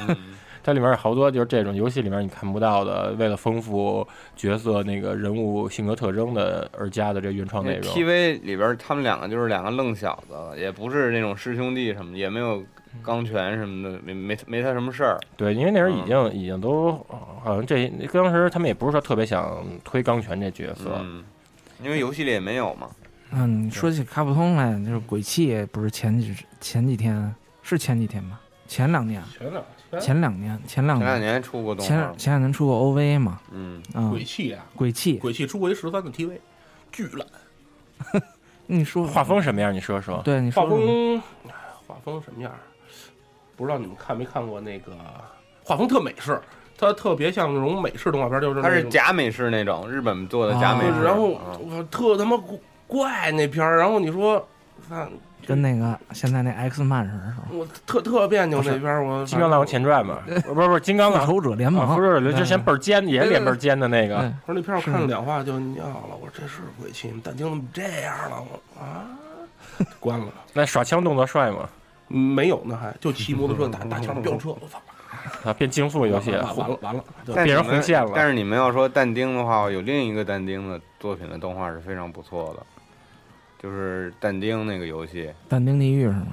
F: 它里面有好多就是这种游戏里面你看不到的，为了丰富角色那个人物性格特征的而加的这原创
A: 因
F: 内
A: 为
F: 容。
A: TV 里边他们两个就是两个愣小子，也不是那种师兄弟什么的，也没有钢拳什么的，没没没他什么事儿。
F: 对，因为那时候已
A: 嗯
F: 经、已经都好像这当时他们也不是说特别想推钢拳这角色，
A: 嗯，因为游戏里也没有嘛。
E: 嗯，你说起卡普通来，就是鬼泣，不是前几前几天是前几天吧？前两年，
D: 前两天
E: 前两年，前两
A: 前两
E: 年，
A: 年还出过动
E: 嗯前
A: 画
E: 两，前两年出过 OVA 嘛？
A: 嗯，
E: 啊、
D: 鬼泣啊，
E: 鬼泣，
D: 鬼泣出过一十三的 TV，巨烂，
E: 你说
F: 画，风什么样？你说说。
E: 对你
D: 画
E: 说什么
D: 风哎画风什么样儿？不知道你们看没看过那个画风特美式，它特别像那种美式动画片，就是
A: 它
D: 那
A: 是
D: 种
A: 假美式那种，日本做的
E: 哦啊
A: 假美
D: 就是
A: 式。
D: 然后
A: 嗯
D: 我特他妈怪那片儿，然后你说，看
E: 跟那个现在那 X 曼似的，是吧？
D: 我特特别扭那片儿，我
F: 《金刚狼前传》嘛，不是不是《金刚
E: 复
F: 狼》
E: 仇者联
F: 啊，
E: 盟，
F: 不是之
E: 嗯
F: 前倍儿尖，也是脸倍儿尖的那
E: 对
F: 个。
D: 我说那片儿我看
E: 是
D: 了两话就尿了，我说这是鬼泣，你们但丁怎么这样了？我啊，关了，
F: 那耍枪动作帅吗？
D: 嗯没有呢还就骑摩托车打打枪飙车，我操，
F: 啊，变竞速游戏
D: 嗯完了完了完了，对
A: 但你们
F: 别人红线了
A: 但是你们要说但丁的话，有另一个但丁的作品的动画是非常不错的，就是但丁那个游戏，
E: 但丁地狱是吗？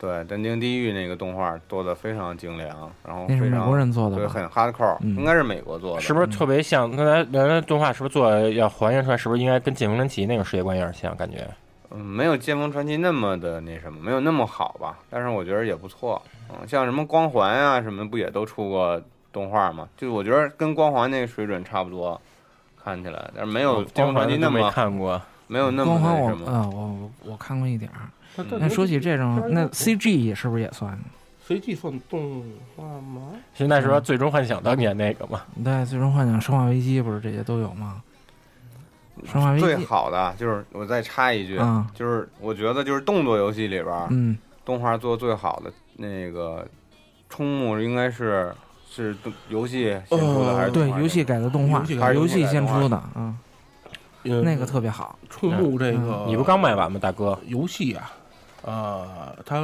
A: 对但丁地狱那个动画做的非常精良，然后
E: 那是
A: 哦非
E: 美国
A: 常
E: 人做
A: 对
E: 的吧？
A: 很 hardcore，
E: 嗯
A: 应该是美国做的，
F: 是不是特别像？那咱咱咱动画是不是做得要还原出来？是不是应该跟《剑锋传奇》那个世界观有点像？感觉
A: 嗯，没有《剑锋传奇》那么的那什么，没有那么好吧，但是我觉得也不错。嗯，像什么《光环》啊什么，不也都出过动画吗？就是我觉得跟《光环》那个水准差不多，看起来，但是没有《剑
F: 哦
A: 锋
F: 光
A: 传
F: 环
A: 奇》那
F: 没
A: 么
F: 看嗯过。
A: 没有那么
E: 光环
A: 那
E: 我
A: 什么。
E: 呃我我我看过一点儿。
D: 但但
E: 那
D: 丁
E: 说起这种，那
D: 嗯
E: CG 是不是也算？
D: 随机算动画吗？
F: 现在是说《最终幻想》当年那个嘛，
E: 对，最终幻想、生化危机不是这些都有吗？生化危
A: 最
E: 机，
A: 好的就是我再插一句，
E: 嗯
A: 就是我觉得就是动作游戏里边儿、
E: 嗯，
A: 动画做最好的那个冲木应该是是动游戏先出的、
D: 呃
A: 还是
E: 哦对，
A: 动画
E: 游戏
A: 先出的
E: 改的动画
D: 游戏，
A: 改的
E: 游
A: 动
E: 戏
A: 画
E: 先出的，嗯，
D: 嗯
E: 那个特别嗯好，
D: 触目这
A: 哦
D: 个，
F: 你不刚卖完吗，大哥？
D: 游戏啊？呃，它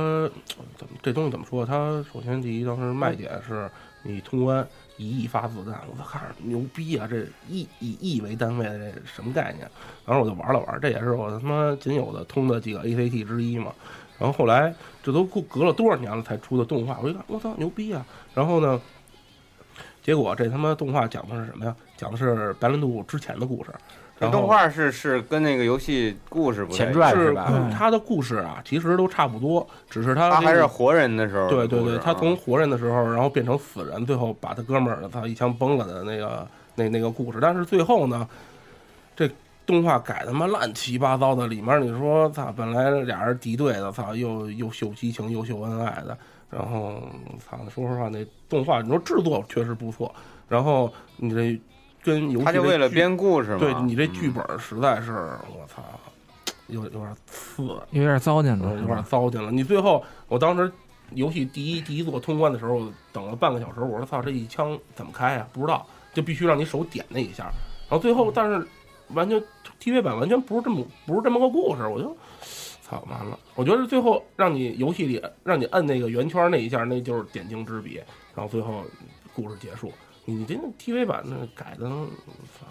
D: 怎么这东西怎么说？它首先第一，当时卖点是你通关一亿发子弹，我操，看着牛逼啊！这一以亿为单位的这什么概念？然后我就玩了玩，这也是我他妈仅有的通的几个 ACT 之一嘛。然后后来这都过隔了多少年了才出的动画，我一看，我操，牛逼啊！然后呢，结果这他妈动画讲的是什么呀？讲的是白兰度之前的故事。
A: 这
D: 然后
A: 动画是是跟那个游戏故事不太
F: 前
A: 一
F: 传
A: 样
F: 是
D: 是
F: 吧
D: 故他的故事啊，其实都差不多，只是他
A: 他还
D: 这
A: 是
D: 个
A: 活人的时候的故
D: 对
A: 事啊，
D: 对对，他从活人的时候，然后变成死人，最后把他哥们儿他一枪崩了的那个那那个故事。但是最后呢，这动画改他妈乱七八糟的，里面你说操，本来俩人敌对的，操，又又秀激情，又秀恩爱的，然后操，说实话，那动画你说制作确实不错，然后你这跟游戏
A: 他就
D: 这
A: 为了
D: 剧
A: 编故事嘛。
D: 对你这剧
A: 嗯
D: 本实在是我操，有有点次。
E: 有点糟践了，
D: 嗯，
E: 是
D: 有点
E: 吧？
D: 糟践了。你最后，我当时游戏第一第一座通关的时候，等了半个小时，我说操，这一枪怎么开啊？不知道，就必须让你手点那一下。然后最后，但是完全 TV 版完全不是这么不是这么个故事，我就操完了。我觉得最后让你游戏里让你摁那个圆圈那一下，那就是点睛之笔。然后最后故事结束。你这 TV 版那改的，操，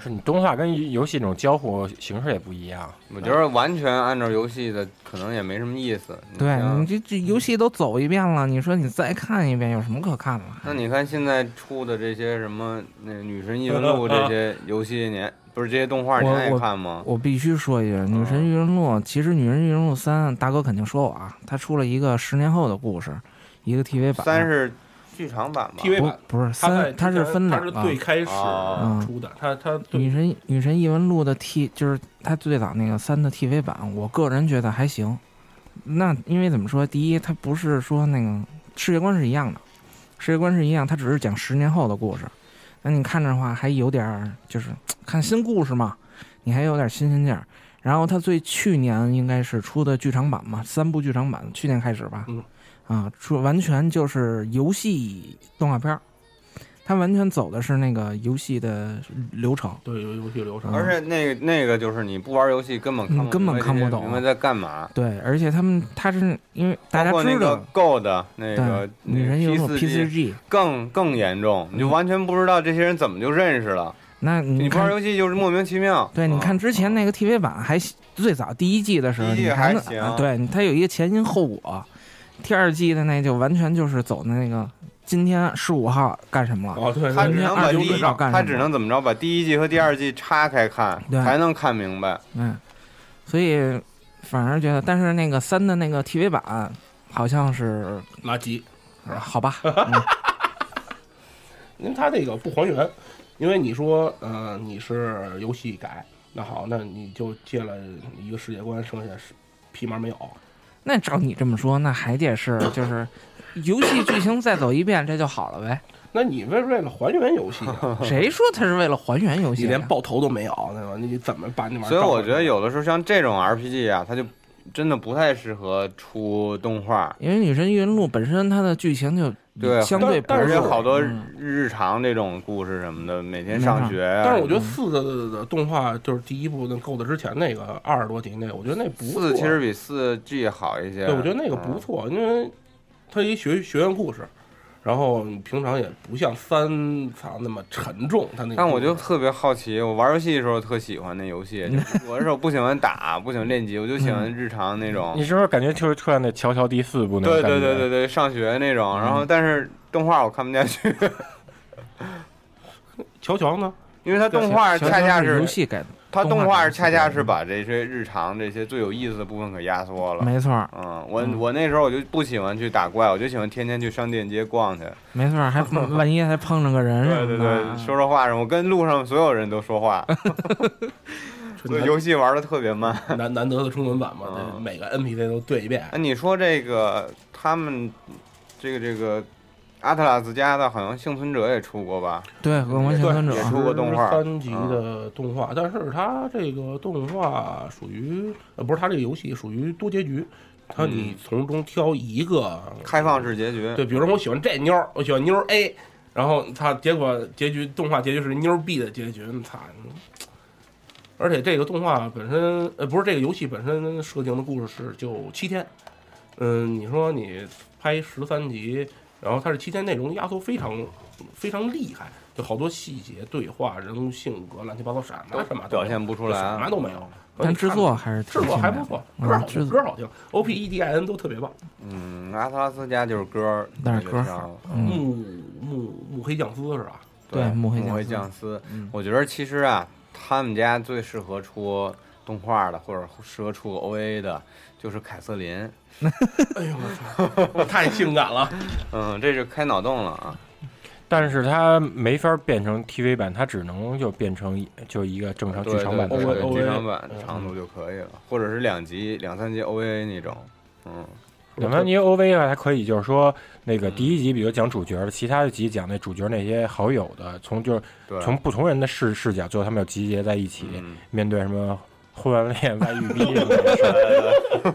F: 是你动画跟游戏那种交互形式也不一样。
A: 嗯我觉得完全按照游戏的，可能也没什么意思。
D: 嗯
A: 你
E: 对嗯
A: 像
E: 你这这游戏都走一遍了，你说你再看一遍有什么可看的？哎
A: 那你看现在出的这些什么那《女神异
D: 呃
A: 闻录》这些游戏，你还不是这些动画，你
E: 我
A: 爱
E: 我
A: 看吗？
E: 我必须说一句，《女
D: 嗯
E: 神异闻录》其实《女神异闻录三》，大哥肯定说我啊，他出了一个十年后的故事，一个 TV 版，
A: 三是剧场版吧？
D: TV
E: 不
D: 版
E: 不是
D: 它在
E: 三，它是分
D: 它
E: 两
D: 是
E: 个。
D: 最开始
A: 啊
D: 出的，它它最
E: 女神女神异闻录的 T 就是它最早那个三的 TV 版，我个人觉得还行。那因为怎么说，第一，它不是说那个世界观是一样的，世界观是一样，它只是讲十年后的故事。那你看着的话，还有点儿就是看新故事嘛，你还有点新鲜劲儿。然后它最去年应该是出的剧场版嘛，三部剧场版，去年开始吧，
D: 嗯
E: 啊，出完全就是游戏动画片儿，它完全走的是那个游戏的流程。
D: 对游游戏流程，
A: 而且那个那个就是你不玩游戏根本看不
E: 嗯根本看不懂
A: 明白在干嘛。
E: 对，而且他们他是因为大家
A: 包括那
E: 知
A: 个
E: 道，
A: Go 的那个那
E: 女神有种
A: 个 P 四
E: P4G，
A: G 更更严重，你就
E: 嗯
A: 完全不知道这些人怎么就认识了。
E: 那
A: 你
E: 你
A: 不玩
E: 看，
A: 游戏就是莫名其妙。
E: 对，你
A: 嗯
E: 看之前那个 TV 版还最早第一季的时候，
A: 第一季
E: 你还
A: 还
E: 能
A: 行
E: 对它有一个前因后果。第二季的那就完全就是走那个今天十五号干什么了，
D: 哦，对，
A: 他
E: 今
A: 只
E: 天
A: 能把
E: 二
A: 第
E: 十
A: 一
E: 一号干什么？
A: 他只能怎么着把第一季和第二季拆开看，
E: 对
A: 才能看明白。
E: 嗯，所以反而觉得，但是那个三的那个 TV 版好像是
D: 垃圾，
E: 好吧，
D: 因为它那个不还原，因为你说，呃，你是游戏改，那好，那你就借了一个世界观，剩下是屁毛没有。
E: 那照你这么说，那还得是就是游戏剧情再走一遍，这就好了呗？
D: 那你为为了还原游 戏啊，
E: 谁说它是为了还原游
D: 你
E: 戏啊
D: 连
E: 的？
D: 爆头都没有，对吧？你怎么把那玩意儿？
A: 所以我觉得，有的时候像这种 RPG 啊，它就真的不太适合出动画。
E: 因为《女神异闻录》本身它的剧情就
A: 对
E: 相对
D: 但
E: 薄
A: 而且
E: 弱，
A: 好多
E: 嗯
A: 日常这种故事什么的，每天
E: 没
A: 上
E: 错
A: 学啊。
D: 但是
E: 嗯
D: 我觉得四的的动画就是第一部那 GOLD 之前那个二十多集那个，我觉得那不错。
A: 四其实比四 G 好一些。
D: 对，我觉得那个不
A: 嗯
D: 错，因为它一学学院故事，然后你平常也不像三藏那么沉重，它那个故事。
A: 但我就特别好奇，我玩游戏的时候特喜欢那游 戏，就是我是我不喜欢打，不喜欢练级，我就喜欢日常那 种。
F: 你是不是感觉就是突然那《乔乔》第四部那
A: 哦对
F: 种
A: 对
F: 感觉？
A: 对对对，上学那种。然后，但是动画我看不下去，
D: 乔乔呢？
A: 因为它动画
E: 全
A: 恰恰
E: 都
A: 是
E: 游戏改的，
A: 它
E: 动画
A: 动画
E: 游戏
A: 恰
E: 改
A: 恰
E: 的
A: 是把这些日常这些最有意思的部分可压缩了。
E: 没错儿
A: 嗯，我
E: 嗯
A: 我那时候我就不喜欢去打怪，我就喜欢天天去商店街逛去。
E: 没错儿，还万一还碰上个人什
A: 对
E: 么
A: 对
E: 的
A: 对，，说说话什么，我跟路上所有人都说话。所以游戏玩的特别慢。
D: 难难得的中文版嘛，
A: 嗯
D: 得每个 NPC 都对一遍。
A: 哎，你说这个他们这个这个阿特拉斯加的，好像幸存者也出过吧？
E: 对《恶魔幸存者
A: 也》出过动画嗯
D: 三集的动画，但是它这个动画属于呃，不是它这个游戏属于多结局，它
A: 嗯
D: 你从中挑一个
A: 开放式结局。
D: 对，比如说我喜欢这妞儿，我喜欢妞儿 A，然后他结果结局动画结局是妞儿 B 的结局，嗯惨。而且这个动画本身，呃，不是这个游戏本身设定的故事是就七天，嗯，你说你拍十三集，然后它是七天内容压缩非常非常厉害，就好多细节、对话、人物性格、乱七八糟什么什么
A: 表现不出来啊
D: 什么都没有。
E: 但制作还是
D: 制
E: 挺
D: 作还
E: 精
D: 不
E: 良的
D: 错，
E: 嗯
D: 歌好
E: 制
D: 听，
E: 作
D: 歌好听，O P E D I N 都特别棒。
A: 嗯，阿特拉斯加就是歌儿，
E: 但是歌儿
A: 那个叫
E: 嗯，
D: 木木木黑酱丝是吧？
E: 对
A: 对，
E: 幕黑
A: 幕黑
E: 酱
A: 酱丝
E: 嗯。
A: 我觉得其实啊，他们家最适合出动画的，或者适合出 OA 的，就是凯瑟琳。
D: 哎呦我操，我 太性感了！
A: 嗯，这就开脑洞了啊。
F: 但是它没法变成 TV 版，它只能就变成就一个正常剧
A: 对
F: 场版的
A: 对
D: 对
A: 对
F: 长度
A: 剧
D: OVA
A: 场版
D: 嗯
A: 长度就可以了，或者是两集、两三集 OVA 那种。嗯，
F: 两三集 OVA 啊，它可以就是说那个第一集，比如讲主角的，其他的集讲那主角那些好友的，从就是
A: 对。
F: 从不同人的视视角，最后他们又集结在一起，
A: 嗯
F: 面对什么婚外恋、外 遇逼什么的事儿。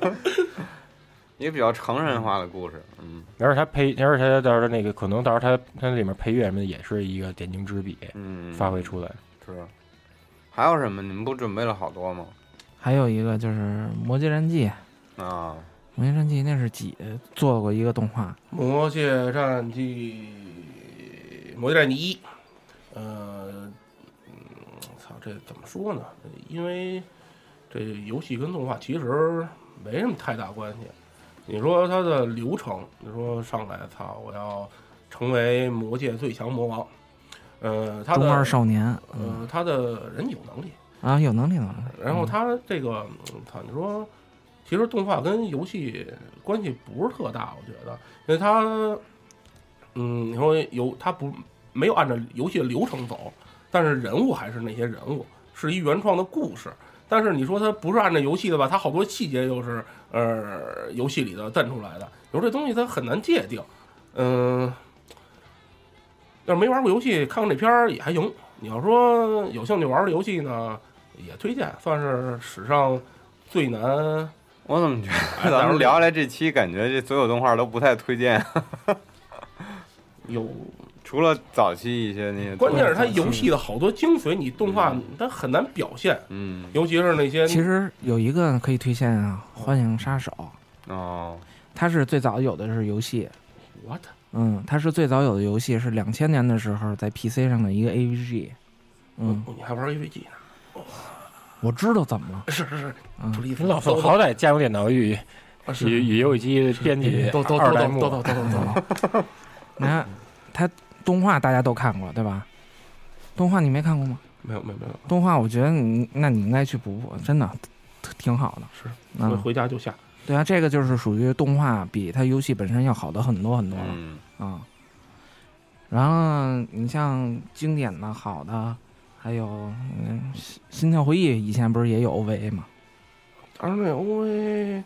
A: 一个比较成人化的故事，嗯
F: 而且他配，而且他到时候那个可能到时候他他那里面配乐什么的也是一个点睛之笔
A: 嗯，
F: 发挥出来。
A: 是。还有什么？你们不准备了好多吗？
E: 还有一个就是《魔界战记》，《
A: 啊，
E: 魔界战记》那是几做过一个动画，
D: 魔界战记，魔界战记一，呃，嗯，操，这怎么说呢？因为这游戏跟动画其实没什么太大关系。你说它的流程，你说上来，操，我要成为魔界最强魔王，呃，他
E: 《中二
D: 的，
E: 少年》嗯
D: 呃，他的人有能力，
E: 啊，有能力能力。
D: 然后它这个，嗯操，你说，其实动画跟游戏关系不是特大，我觉得，因为它，嗯，你说游它不没有按照游戏的流程走，但是人物还是那些人物，是一原创的故事。但是你说它不是按照游戏的吧？它好多细节又是呃游戏里的瞪出来的。你说这东西它很难界定，嗯、要是没玩过游戏，看看这片儿也还行。你要说有兴趣玩儿的游戏呢，也推荐，算是史上最难。
A: 我怎么觉
D: 哎
A: 得咱们聊下来这期，感觉这所有动画都不太推荐，
D: 有，
A: 除了早期一些那些。
D: 嗯关键是它游戏的好多精髓，你动画它很难表现，
A: 嗯
D: 尤其是那些
E: 其实有一个可以推荐啊，《幻影杀手》，
A: 哦，
E: 它是最早有的是游戏，
D: what
E: 嗯，它是最早有的游戏是两千年的时候在 PC 上的一个 AVG，嗯，
D: 哦你还玩 AVG 呢？
E: 我知道怎么了，
D: 是是是，
E: 嗯
D: 不是意思，
A: 嗯
F: 老
D: 搜
F: 宋好歹家有点脑欲，
C: 啊是
F: 与与游戏机编
A: 嗯
F: 辑
C: 都都都
F: 二代
C: 懂
F: 目
C: 都懂都懂都 懂，
E: 你看他动画大家都看过对吧？动画你没看过吗？
F: 没有没有没有，
E: 动画我觉得你那你应该去补补，真的特挺好的。
D: 是
E: 嗯
D: 回回家就下。
E: 对啊，这个就是属于动画比它游戏本身要好的很多很多了啊、
A: 嗯，
E: 然后你像经典的好的，还有嗯《心心跳回忆》，以前不是也有 OVA 吗？
D: 当时那 OVA，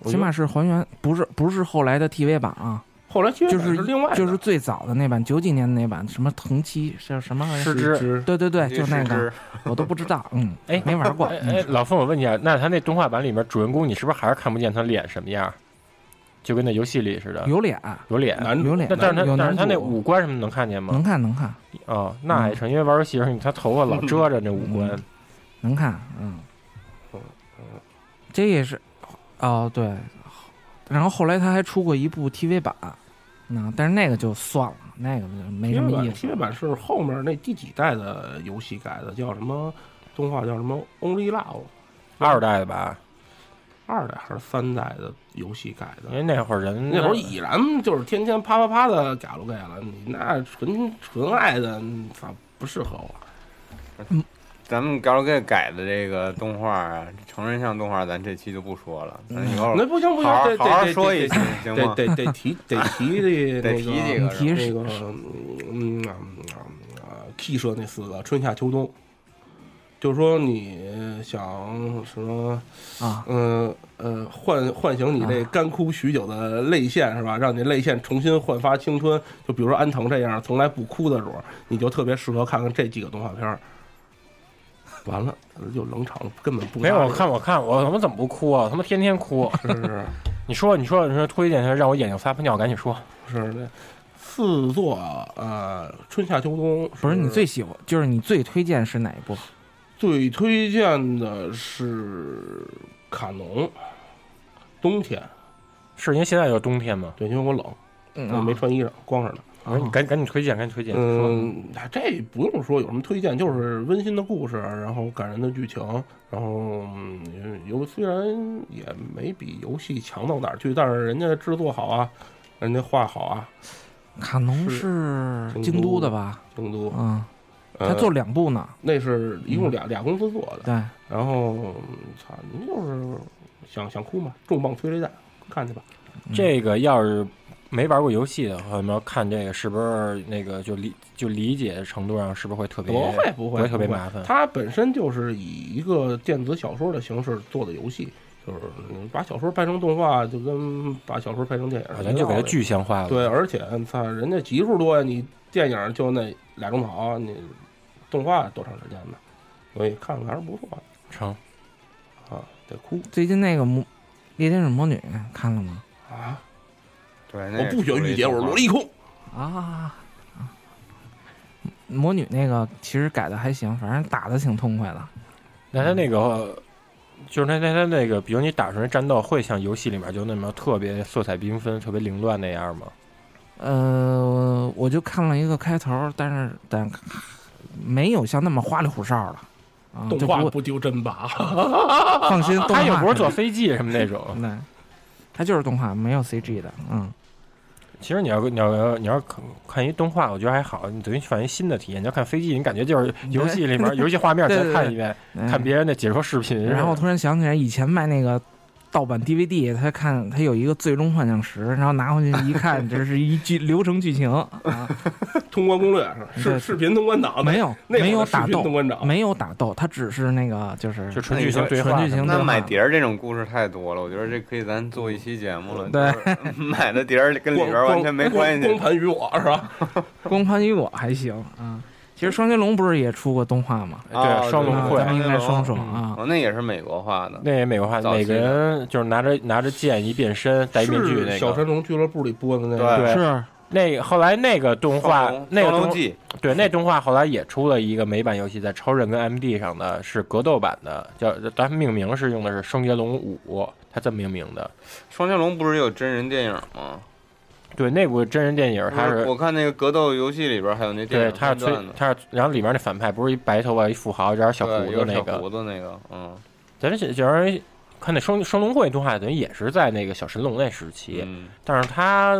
D: 我
E: 起
D: 觉得
E: 码是还原，不是不是后来的 TV 版啊，
D: 后来其实
E: 就是
D: 另外的
E: 就是最早的那版，九几年的那版，什么藤七叫什么玩意儿？
F: 失之
D: 之
E: 对对对，
A: 这
E: 就那
A: 是
E: 个，我都不知道，嗯，
F: 哎
E: 没玩过，
F: 哎
E: 嗯
F: 哎，老凤，我问你啊，那他那动画版里面主人公，你是不是还是看不见他脸什么样？就跟那游戏里似的，
E: 有脸，
F: 有脸。啊
D: 男主
E: 有脸
F: 那，呃嗯但是他
E: 哎有嗯
F: 但
E: 男
F: 是他那
E: 主
F: 五官什么能看见吗？
E: 能看能看
F: 哦，那还成，因为玩游戏的时候，你他头发老遮着那五官，
E: 嗯能看，嗯，
F: 嗯
E: 这也是，哦对，然后后来他还出过一部 TV 版，那但是那个就算了，那个就没什
D: TV
E: 么
D: 版
E: 意思
D: TV 版是后面那第几代的游戏改的，叫什么动画叫什么 Only Love
F: 二代的吧？
D: 二代还是三代的游戏改的
F: 因。为那会儿人
D: 哎那会儿已然就是天天啪啪啪的嘎噜盖了，你那纯纯爱的，你操，不适合我。
A: 咱们高给改的这个动画啊，成人向动画，咱这期就不说了，咱以后
D: 嗯那不行不行，
A: 好好
D: 得
A: 好好
D: 得
A: 说一
D: 得
A: 下，行
D: 得
A: 吗？
D: 得得提得 提的
A: 得
D: 那
A: 提这
E: 你
A: 个是
D: 个
A: 吧
E: 提
D: 那
E: 是
D: 个嗯啊啊，K 社那四个春夏秋冬，就是说你想什么？
E: 啊，
D: 嗯呃，唤唤醒你这干枯许久的泪腺是吧？让你泪腺重新焕发青春。就比如说安藤这样从来不哭的主儿，你就特别适合看看这几个动画片儿。完了，又冷场了，根本不
F: 没有
D: 搭理
F: 我看我看我他妈怎么不哭啊？他妈天天哭！
D: 是是
F: 你说你说你说推荐他让我眼睛撒泡尿，赶紧说。
D: 是那四座呃春夏秋冬
E: 不是你最喜欢，就是你最推荐是哪一部？
D: 最推荐的是卡农，冬天
F: 是因为现在就冬天嘛，
D: 对，因为我冷，我
E: 啊
D: 没穿衣裳，光着呢。
F: 我说你赶赶紧推荐，赶紧推荐。说
D: 嗯，这不用说有什么推荐，就是温馨的故事，然后感人的剧情，然后嗯游虽然也没比游戏强到哪儿去，但是人家制作好啊，人家画好啊，
E: 卡农是京都的吧？
D: 京都。
E: 嗯，
D: 呃
E: 他做嗯两部呢，
D: 那是一共俩、俩公司做的，
E: 对，
D: 然后嗯操，你就是想想哭嘛，重磅催泪弹，看去吧。
F: 这个要是没玩过游戏的话，我们要看这个是不是那个就理就理解程度上是不是会特别
D: 不会不
F: 不
D: 会
F: 特别
D: 不会
F: 麻烦？
D: 它本身就是以一个电子小说的形式做的游戏，就是嗯把小说拍成动画，就跟把小说拍成电影，
F: 好像就给它具象化了。
D: 对，而且操，人家集数多呀，你电影就那俩钟头，你动画多长时间呢？所以看看还是不错的
F: 成，
D: 啊，得哭
E: 最近那个魔《猎天使魔女》看了吗？
D: 啊！
A: 对，那
D: 我不喜欢御姐，我是萝
A: 莉。
D: 莉控。
E: 啊，嗯魔女那个其实改的还行，反正打的挺痛快的。
F: 那它那个就是那那它那个，比如你打出来战斗，会像游戏里面就那么特别色彩缤纷、特别凌乱那样吗？
E: 呃，我就看了一个开头，但是但没有像那么花里胡哨的
F: 嗯
E: 啊，
D: 动
E: 就
D: 画
E: 不
D: 不丢真吧？
E: 放 心，动画
F: 它又不是做
E: 肯
F: CG 什么那种。
E: 定对，它就是动画，没有 CG 的，嗯，
F: 其实你要你要你要看看一动画，我觉得还好，你等于反映新的体验。你要看飞机，你感觉就是游戏里面游戏画面
E: 对对
F: 再
E: 对
F: 看一遍，
E: 哎
F: 看别人的解说视频。
E: 然后我突然想起来，以前卖那个盗版 DVD，他看他有一个《最终幻想十》，然后拿回去一 看，这是一剧流程剧情啊，
D: 通关攻略是
E: 对
D: 视视频通关档
E: 啊没有
D: 那会儿
E: 没有
D: 的视
E: 打
D: 频通
E: 斗，
D: 关啊档，
E: 没有打斗，他只是那个就是
F: 就纯剧情对
E: 纯
F: 话
E: 剧，情对
A: 那
E: 话
A: 买碟儿这种故事太多了，我觉得这可以咱做一期节目了。
E: 对
A: 就是 买的碟儿跟里
D: 光
A: 边完全没关系
D: 光。盘与我是吧？
E: 光盘与我还行啊。其实双截龙不是也出过动画吗？
A: 哦
D: 嗯
F: 对双龙
E: 啊
F: 会
E: 咱们应该双手
F: 嗯
E: 啊。
A: 哦，那也是美国画的。
F: 那美国话，
A: 早期
F: 每个人就是拿着拿着剑一变身，戴一面具
D: 是
F: 那
D: 小
F: 个。
D: 神龙俱乐部里播的那
A: 对
D: 个，
F: 对，
E: 是，
F: 那个后来那个动画
A: 双龙，
F: 那个
A: 双龙
F: 动
A: 记
F: 对那动画后来也出了一个美版游戏，在超人跟 MD 上的是格斗版的，叫它命名是用的是《双截龙五》，它这么命名的。
A: 双截龙不是有真人电影吗？
F: 对，那部真人电影它是
A: 我我看那个格斗游戏里边还有那电
F: 对，
A: 影
F: 他是
A: 片
F: 崔
A: 段呢，。
F: 他是，然后里面那反派不是一白头发一富豪，有点小胡
A: 对
F: 子
A: 有
F: 那
A: 小
F: 个，
A: 胡子那个，嗯，
F: 咱这就是看那双双龙会动画等于也是在那个小神龙那时期，
A: 嗯，
F: 但是他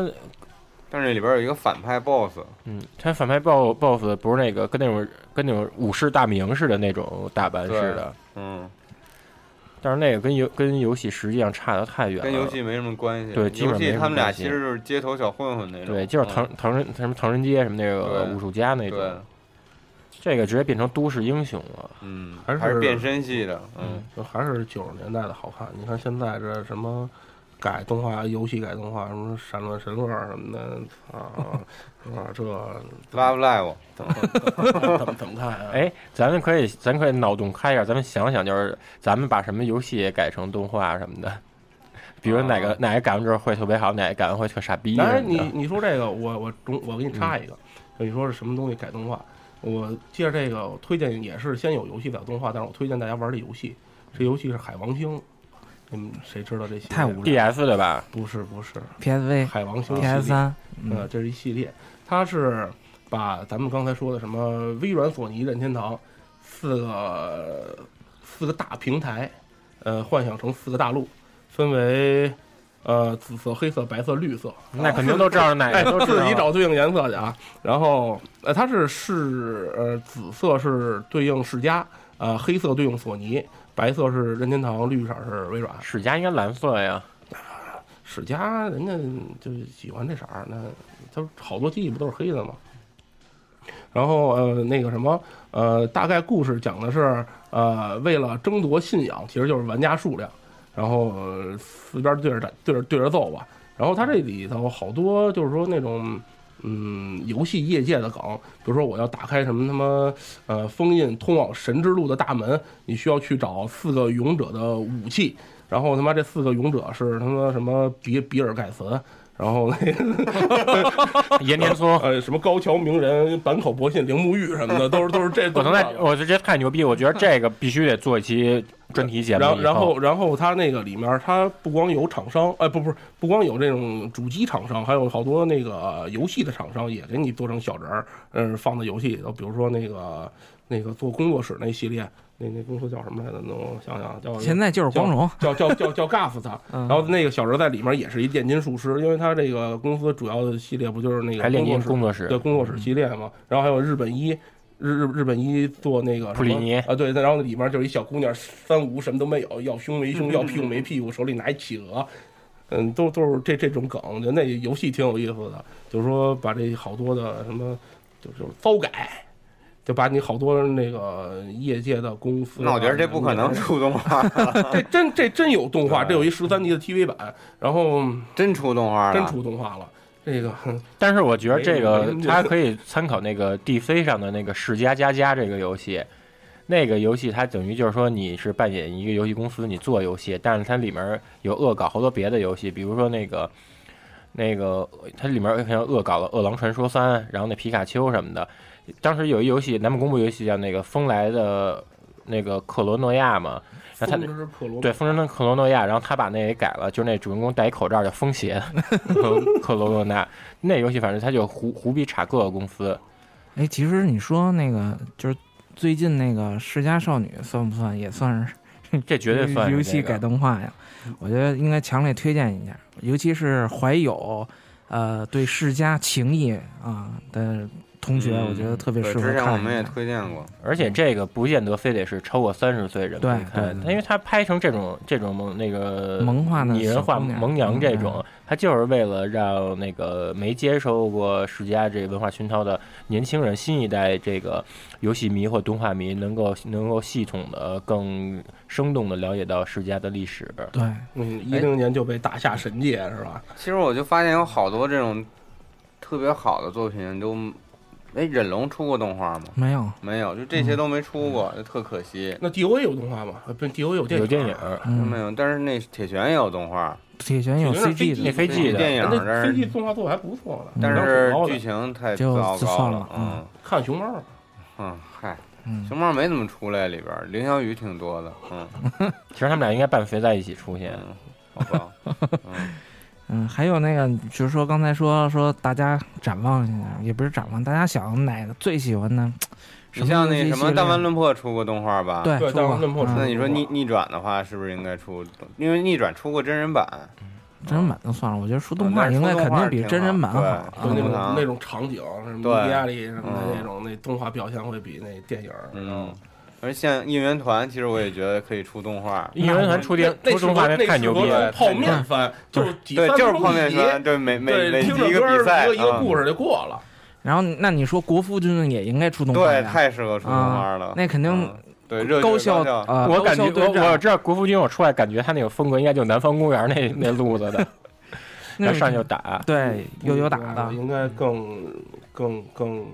A: 但是里边有一个反派 BOSS，
F: 嗯，他反派 BOSS BOSS 不是那个跟那种跟那种武士大名似的那种打扮似的，
A: 嗯，
F: 但是那个跟游跟游戏实际上差得太远了，
A: 跟游戏没什么关系。
F: 对基
A: 游
F: 本没
A: 戏
F: 什么
A: 他们俩
F: 关系
A: 其实就是街头小混混那种。
F: 对，就是唐
A: 嗯
F: 唐人什么唐人街什么那个
A: 对
F: 武术家那
A: 对
F: 种，，这个直接变成都市英雄了。
A: 嗯，
D: 还是
A: 还是变身系的，嗯，
D: 就还是九十年代的好看。你看现在这什么改动画、游戏改动画，什么《闪乱神乐》什么的 啊啊，这
A: Love Live，
D: 怎么怎么怎么怎么看啊？
F: 哎，咱们可以，咱可以脑洞开一下，咱们想想，就是咱们把什么游戏也改成动画什么的， 比如哪个、
A: 啊
F: 哪个改完之后会特别好，哪个改完会特傻逼什么
D: 当
F: 的。
D: 然你你说这个，我我中我给你插一个，就你说是什么东西改动画？我借着这个，我推荐也是先有游戏再有动画，但是我推荐大家玩这游戏，这游戏是海王星，你们谁知道这系列
E: 太无聊
F: D S 对吧？
D: 不是不是
E: PSV、
D: 海王星系列
E: PS 三，
D: 呃，
E: 嗯，
D: 这是一系列，它是把咱们刚才说的什么微软、索尼、任天堂四个四个大平台，呃，幻想成四个大陆，分为呃紫色、黑色、白色、绿色，
F: 那肯定都知道哪
D: 哎，
F: 个
D: 都
F: 都知
D: 嗯 自
F: 道。
D: 己找对应颜色去啊。然后呃，它是是呃紫色是对应世嘉，呃黑色对应索尼，白色是任天堂，绿色是微软。
F: 史家应该蓝色呀，
D: 世嘉人家就是喜欢这色儿，那他好多记忆不都是黑的吗？然后呃，那个什么呃，大概故事讲的是呃，为了争夺信仰，其实就是玩家数量，然后、呃四边对着打，对着对着揍吧。然后它这里头好多就是说那种嗯，游戏业界的梗，比如说我要打开什么他妈呃封印通往神之路的大门，你需要去找四个勇者的武器，然后他妈这四个勇者是他妈什么比比尔盖茨，然后那个。
F: 岩 田聪。
D: 呃，什么高桥名人、坂口博信、铃木玉什么的，都是都是这
F: 我能在
D: 都是，
F: 我就觉得太牛逼，我觉得这个必须得做一期专题节目。
D: 然后
F: 以
D: 然
E: 哦
D: 后然后它那个里面，它不光有厂商，哎，不不是，不光有这种主机厂商，还有好多那个游戏的厂商也给你做成小人儿，嗯、放到游戏里头。比如说那个那个做工作室那系列，那那公司叫什么来着？那我想想，叫
E: 现在就是光荣，
D: 叫叫叫叫 Gas 他，
E: 嗯
D: 然后那个小人在里面也是一炼金术师，因为他这个公司主要的系列不就是那个
F: 还炼金
D: 工作室
F: 工作室嗯
D: 对，工作室系列嘛，然后还有日本一。日日日本一做那个什么
F: 普里尼
D: 啊，对，然后里面就是一小姑娘，三无什么都没有，要胸没
F: 嗯
D: 胸，要屁股没屁股，手里拿一企鹅，嗯，都都是这这种梗，我觉得那游戏挺有意思的，就是说把这好多的什么，就是糟改，就把你好多那个业界的公司啊，
A: 那我觉得这不可能出动画，
D: 这
F: 啊
D: 真这真有动画，这有一十三集的 TV 版，然后
F: 嗯
A: 真出动画
D: 真
F: 啊
A: 了，
D: 出动画了。这个哼
F: 但是我觉得这
D: 没
F: 个
D: 没
F: 它可以参考那个 DC 上的那个《世家加加》这个游戏， 那个游戏它等于就是说你是扮演一个游戏公司，你做游戏，但是它里面有恶搞好多别的游戏，比如说那个那个它里面像恶搞了《饿狼传说三》，然后那皮卡丘什么的。当时有一游戏，南部公布游戏叫那个《风来的那个克罗诺亚》嘛，然后它
D: 风之克罗
F: 对，《风神的克罗诺亚》，然后他把那给改了，就是那主人公戴一口罩叫 风邪克罗诺亚。那游戏反正他就胡胡逼查各个公司，
E: 哎，其实你说那个就是最近那个《世家少女》算不算也算是
F: 嗯这绝对算是
E: 游戏
F: 那个嗯
E: 改动画呀？我觉得应该强烈推荐一下，尤其是怀有呃对世家情谊啊的同学，
A: 嗯
E: 我觉得特别
A: 对，
E: 适
A: 之
E: 合
A: 前我
E: 看
A: 们
E: 一
A: 也
E: 下。
A: 推荐过，
F: 而且这个不见得非得是超过三十岁人可
E: 对
F: 以看
E: 对，对
F: 他因为他拍成这种这种萌那个
E: 萌化的
F: 拟人
E: 小
F: 化
E: 姑娘
F: 萌娘这
E: 嗯
F: 种，他就是为了让那个没接受过世家这文化熏陶的年轻人、新一代这个游戏迷或动画迷能够能够系统的更生动的了解到世家的历史。
E: 对，
F: 哎
D: 嗯，一零年就被打下神界是吧？
A: 其实我就发现有好多这种特别好的作品都，哎，忍龙出过动画吗？
E: 没有，
A: 没有，就这
E: 嗯
A: 些都没出过，就特可惜。
D: 那 DOA 有动画吗？呃不，DOA 有电影。
F: 有
D: 啊
F: 电影，
A: 真
E: 嗯
A: 没，有，但是那铁拳也有动画，
E: 铁拳有
D: 铁拳是
E: CG
F: 那
E: 的，
F: 飞机
A: 电
F: 的，
A: 影
D: 哎，那
A: 但
D: 飞
A: 是
D: 机动画做得还不错呢，
A: 但是
D: 嗯
A: 剧情太
E: 就
A: 糟
E: 就
A: 糕
E: 算
A: 了
E: 了，
A: 嗯
E: 嗯
D: 看熊猫，
F: 啊
A: 嗯，嗨，
E: 嗯，
A: 熊猫没怎么出来里边儿，凌小雨挺多的，嗯
F: 其实他们俩应该伴随在一起出现。
A: 嗯，好吧，嗯，
E: 嗯，还有那个，就是说刚才说说大家展望一下，也不是展望，大家想哪个最喜欢的
A: 你像
E: 游
A: 那
E: 戏
A: 什
E: 系
A: 么《
E: 列
A: 弹丸论破》出过动画吧？
E: 对，
F: 对
E: 出
F: 但
E: 过
F: 是论破
E: 嗯
A: 那你说逆逆转的话，是不是应该出？因为逆转出过真人版，
E: 真人版就算了，我觉得出动
A: 啊但
E: 画
A: 是
E: 应该
A: 出动
E: 肯
A: 画
E: 定比
A: 挺
E: 真人版
A: 好
E: 好
A: 对
E: 啊。
D: 就那种
A: 嗯啊
D: 那种场景，什么
A: 对
D: 意大利什么的
A: 嗯
D: 那种，那动画表现会比那电影儿
A: 嗯。而像应援团，其实我也觉得可以出动画，
F: 应援团出电
D: 那
F: 出动画片太牛逼
D: 那是个，
F: 了
D: 泡面番，就是几
A: 对，
D: 三
A: 就是
D: 分钟
A: 泡面
D: 一集
A: 圈，对，每每每
D: 对，
A: 集
D: 听着
A: 一
D: 歌
A: 个
D: 儿
A: 比赛，嗯
D: 一个一个故
A: 事，
D: 事就过了。
E: 然后那你说国服军也应该出动画
A: 对，
E: 呀
A: 太适合出动画了
E: 啊，，那肯定
A: 嗯对热血
E: 高
A: 高
E: 效
A: 效
D: 啊
E: 呃，
F: 我
E: 高
F: 感
E: 效
F: 觉
E: 对
F: 我
E: 战
F: 我知道国服军我出来，感觉他那个风格应该就南方公园 那那路子的，
E: 那
F: 要
E: 是
F: 上去就打。
E: 对悠悠打
A: 嗯
E: 的，
D: 嗯应该更更更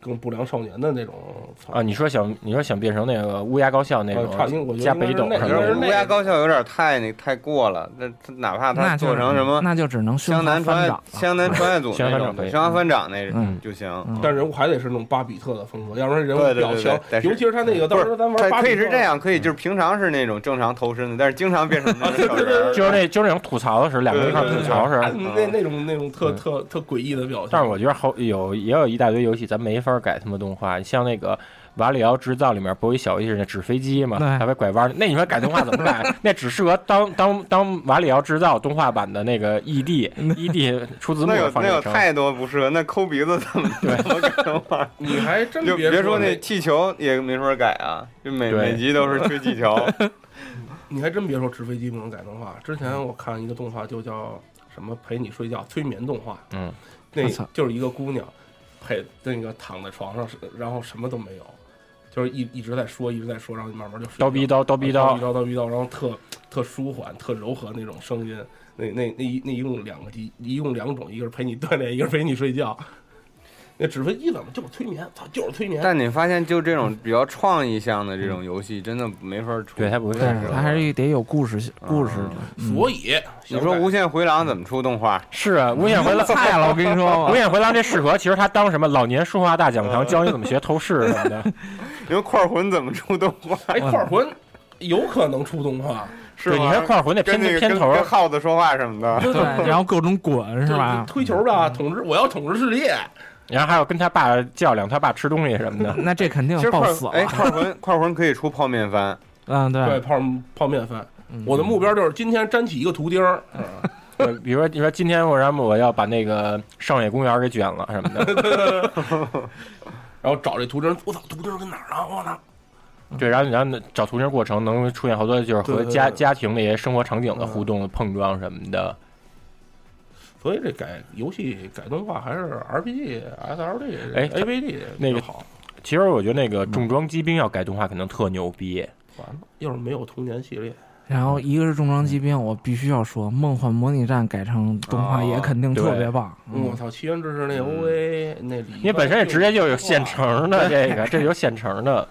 D: 更不良少年的那种操
F: 啊，你说想你说想变成那个乌鸦高校那
D: 呃差不多我
F: 种
D: 觉得
F: 加
D: 应该
F: 北
D: 是
F: 斗
D: 那
F: 什
A: 我
F: 么
A: 觉
D: 个
A: 得
F: 的
D: 是，
A: 乌鸦高校有点太那太过了，那他哪怕他
E: 那就
A: 做成什么
E: 那就只能胸
A: 湘南
E: 膛翻
A: 穿
E: 掌了。
A: 湘南穿越组
F: 湘
A: 那
F: 南
A: 种
F: 反掌
A: 的，
F: 可以
A: 湘南翻掌那
E: 啊嗯
A: 就行。
E: 嗯
D: 但人物还得是那种巴比特的风格，要不然人
A: 对
D: 物
A: 对
D: 表
A: 对
D: 情
A: 对但，是
D: 尤其是他那个到时候咱玩
A: 它
D: 巴
A: 可
D: 比
A: 以
D: 特
A: 是这，样，可以就是平常是那种正常投身的，但是经常变成那种小人儿。
F: 就是那就是那种吐槽的时候，两个人一块儿吐槽的时
D: 啊
F: 候。
A: 嗯
D: 那那种那种特特特诡异的表情。
F: 但是我觉得好有也有一大堆游戏咱没法改他们动画，像那个《瓦里奥制造》里面不有一小意思那纸飞机嘛，
E: 对
F: 还会拐弯儿，那你说改动画怎么改？那只适合当当当《瓦里奥制造》动画版的那个 ED ED 出字幕
A: 那有
F: 放
A: 那有
F: 进去。
A: 太多不适合，那抠鼻子怎么怎么改动 画？
D: 你还真
A: 就别说
D: 说
A: 那气球也没法改啊，就每
F: 对
A: 每集都是吹气球。
D: 你还真别说，纸飞机不能改动画。之前我看一个动画，就叫什么“陪你睡觉”催眠动画，
F: 嗯，
D: 那
E: 我操
D: 就是一个姑娘陪那个躺在床上，然后什么都没有，就是一一直在说，一直在说，然后慢慢就睡着
F: 刀逼刀刀逼
D: 啊刀
F: 刀
D: 逼，刀刀逼刀，然后特特舒缓、特柔和那种声音。那那那一那一共两个一一共两种，一个是陪你锻炼，一个是陪你睡觉。那纸飞机怎么就是催眠？操，就是催眠。
A: 但你发现，就这种比较创意向的这种游戏，真的没法出。
F: 对它不是
E: 对，它还是得有故事性故
A: 嗯
E: 事的。
D: 所以
A: 你说《无限回廊》怎么出动画？
F: 是啊，无限回廊
E: 菜了，我跟你 说
F: 无，限回廊这适合，其实他当什么老年书画大讲
A: 嗯
F: 堂，教你怎么学透视什么 的。
A: 你说《块魂》怎么出动画？
D: 哎，块魂有可能出动画。
A: 是
F: 对，你看块魂那
A: 跟
F: 片
A: 那个
F: 片
A: 跟
F: 头
A: 跟，耗子说话 什么的。
E: 对，然后各种滚是
D: 对
E: 吧？
D: 推球吧，统治，我要统治世界。
F: 然后还有跟他爸较量，他爸吃东西什么的。
E: 那这肯定
A: 其实
E: 爆
A: 块
E: 死
A: 哎，
E: 了。
A: 块魂 块魂可以出泡面番，
E: 嗯，
D: 对，
E: 对，
D: 泡泡面饭。我的目标就是今天粘起一个图钉儿，嗯
F: 呃比如说，你说今天我然后我要把那个上野公园给卷了什么的，
D: 然后找这图钉儿，我操，图钉儿跟哪儿啊？我操！
F: 对，然后然后找途径过程能出现好多就是和
D: 对对
F: 家
D: 对嗯
F: 家庭里生活场景的互动碰撞什么的。
D: 所以这改游戏改动画还是 RPG、SLD、
F: 哎
D: AVD
F: 那个
D: 好。
F: 其实我觉得那
D: 嗯
F: 个重装机兵要改动画可能特牛逼，
D: 完了，要是没有童年系列，
E: 然后一个是重装机兵，我必须要说，梦幻模拟战改成动画
A: 嗯哦
E: 也肯定特别棒。
A: 嗯
D: 我操，奇缘之士那 OVA 那里，
F: 因为本身也直接就有现成的这个，这有现 成的。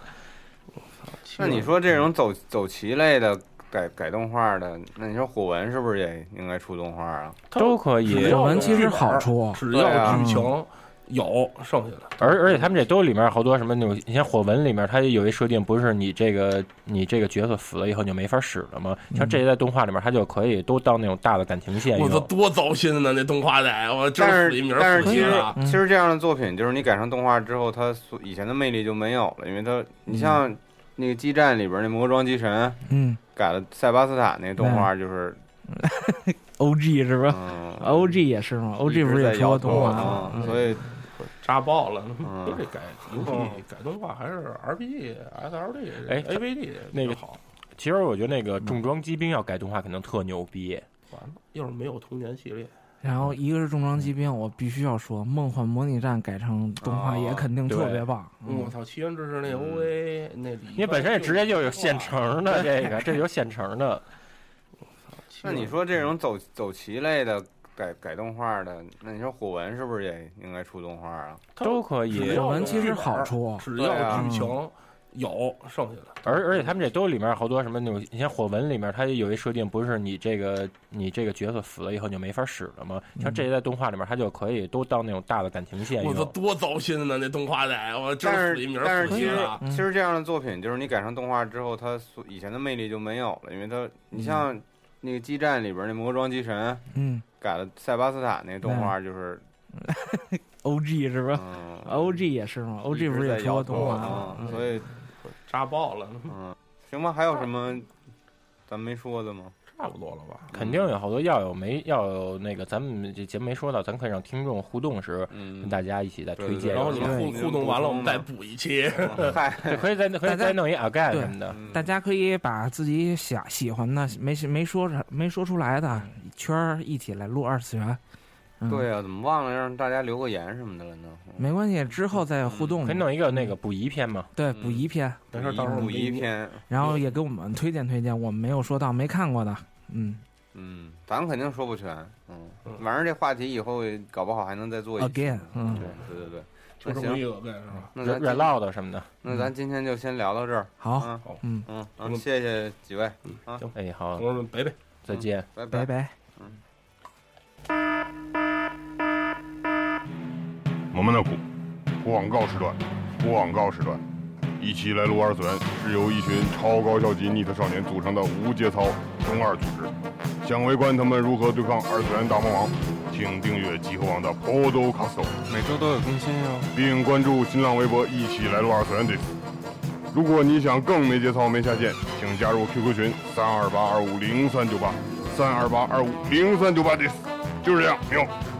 D: 奇
A: 那
D: 缘。
A: 你说这
E: 嗯
A: 种走走棋类的改改动画的，那你说火纹是不是也应该出动画啊？
F: 都可以
D: 只要
E: 火纹其实
D: 有剧本
E: 好出
D: 只
A: 对啊
D: 要剧情有，剩下的
F: 而而且他们这都里面好多什么那种，你像火纹里面，它有一设定，不是你这个你这个角色死了以后你就没法使了吗？像这一代动画里面，它就可以都当那种大的感情
A: 哎
F: 线
D: 嗯我操
F: 用。
D: 多糟心啊呢！那动画得我真
A: 但
D: 死一
A: 是
D: 名
A: 但
D: 儿
A: 是
D: 死啊
A: 其
D: 一
A: 实
D: 个。
E: 嗯
A: 其实这样的作品，就是你改成动画之后，它所以前的魅力就没有了，因为它你像那个激战里边那魔装机神
E: 嗯
A: 改了塞巴斯坦那动画，就是
E: ，O G 是吧
A: 嗯
E: ？O G 也是吗？O
A: 一直
E: G 不是也
A: 在
E: 出过
A: 摇
E: 动
A: 头
E: 画吗？
A: 嗯所以
D: 扎爆了，
A: 嗯
D: 都这改游戏改动画还是 RPG、SLD、
F: 哎
D: AVD
F: 那个
D: 好。
F: 其实我觉得那个
A: 嗯
F: 重装机兵要改动画，可能特牛逼。
D: 完了，要是没有童年系列，
E: 然后一个是重装机兵，我必须要说，梦幻模拟战改成动画也肯定特别棒。
A: 嗯
D: 我操，奇缘之士那 OVA 那里，
F: 因为本身也直接就有现成的这个，这有现成的。
D: 奇
A: 那
D: 缘。
A: 你说这种走走棋类的改改动画的，那你说火纹是不是也应该出动画啊？
F: 都可以
D: 只要
E: 火纹
D: 有
E: 其
D: 剧
E: 实
D: 本
E: 好出
D: 只
A: 对啊
D: 要剧情有，剩下的
F: 而而且他们这都里面好多什么那种，你像火纹里面，它有一设定，不是你这个你这个角色死了以后你就没法使了吗？
A: 嗯
F: 像这一代动画里面，它就可以都当那种大的感情
A: 哎
F: 线
D: 我操
F: 用。
D: 多糟心呢！那动画得我真
A: 但
D: 死一
A: 是
D: 名儿啊
A: 但是
D: 死
A: 其
D: 一
A: 实
D: 个。
E: 嗯
A: 其实这样的作品，就是你改成动画之后，它所以前的魅力就没有了，因为它
E: 嗯
A: 你像那个激战里边那魔装机神
E: 嗯，
A: 改了塞巴斯坦那动画，就是
E: OG 是吧
A: 嗯
E: ？OG 也是嘛，OG 不是也出过动画吗？
A: 嗯，所以
D: 扎爆了，
A: 嗯，行吧，还有什么咱没说的吗？
D: 差不多了吧？
F: 肯定有好多要有没要有那个，咱们这节目没说到，咱可以让听众互动时跟
A: 嗯，
F: 大家一起再推
A: 对
F: 荐，
D: 然后你们
A: 对
D: 互互动完了，我们再补一期。
A: 嗨，
F: 对可以再可以再弄一 again 什么的，
A: 嗯
E: 大家可以把自己想喜欢的、没没说没说出来的圈儿一起来录二次元。嗯、
A: 对，啊呀，怎么忘了让大家留个言什么的了呢？嗯
E: 没关系，之后再互动
F: 可以
E: 嘛。
F: 弄一个那个补遗篇嘛。
E: 对，补一篇，
D: 没事，到时候我
A: 补
D: 们
A: 一篇，
E: 然后也给我们推荐推荐我们没有说到、没看过的。嗯，
A: 嗯，咱们肯定说不全，嗯
D: 嗯，
A: 反正这话题以后搞不好还能再做一期
E: Again，嗯
A: 对对对，
D: 就这么一个梗是吧？
A: 那
F: r
A: 咱
F: e
A: 今
F: l o d 什么的，
A: 那咱今天就先聊到这儿，
E: 好，
A: 啊
E: 嗯，
A: 嗯，
D: 我
A: 嗯，
D: 们
A: 谢谢几位，
F: 哎，好
D: 同，志嗯们，拜拜。
F: 再见。
A: 拜
E: 拜拜。
G: 蒙蒙纳苦，广告时段，广告时段，一起来撸二次元是由一群超高校级逆特少年组成的无节操中二组织。想围观他们如何对抗二次元大魔王，请订阅集合网的 Podcast，
C: 每周都有更新哦哟。
G: 并关注新浪微博“一起来撸二次元”队。如果你想更没节操、没下限，请加入 QQ 群三二八二五零三九八三二八二五零三九八，这就是这样，牛。
F: 嗯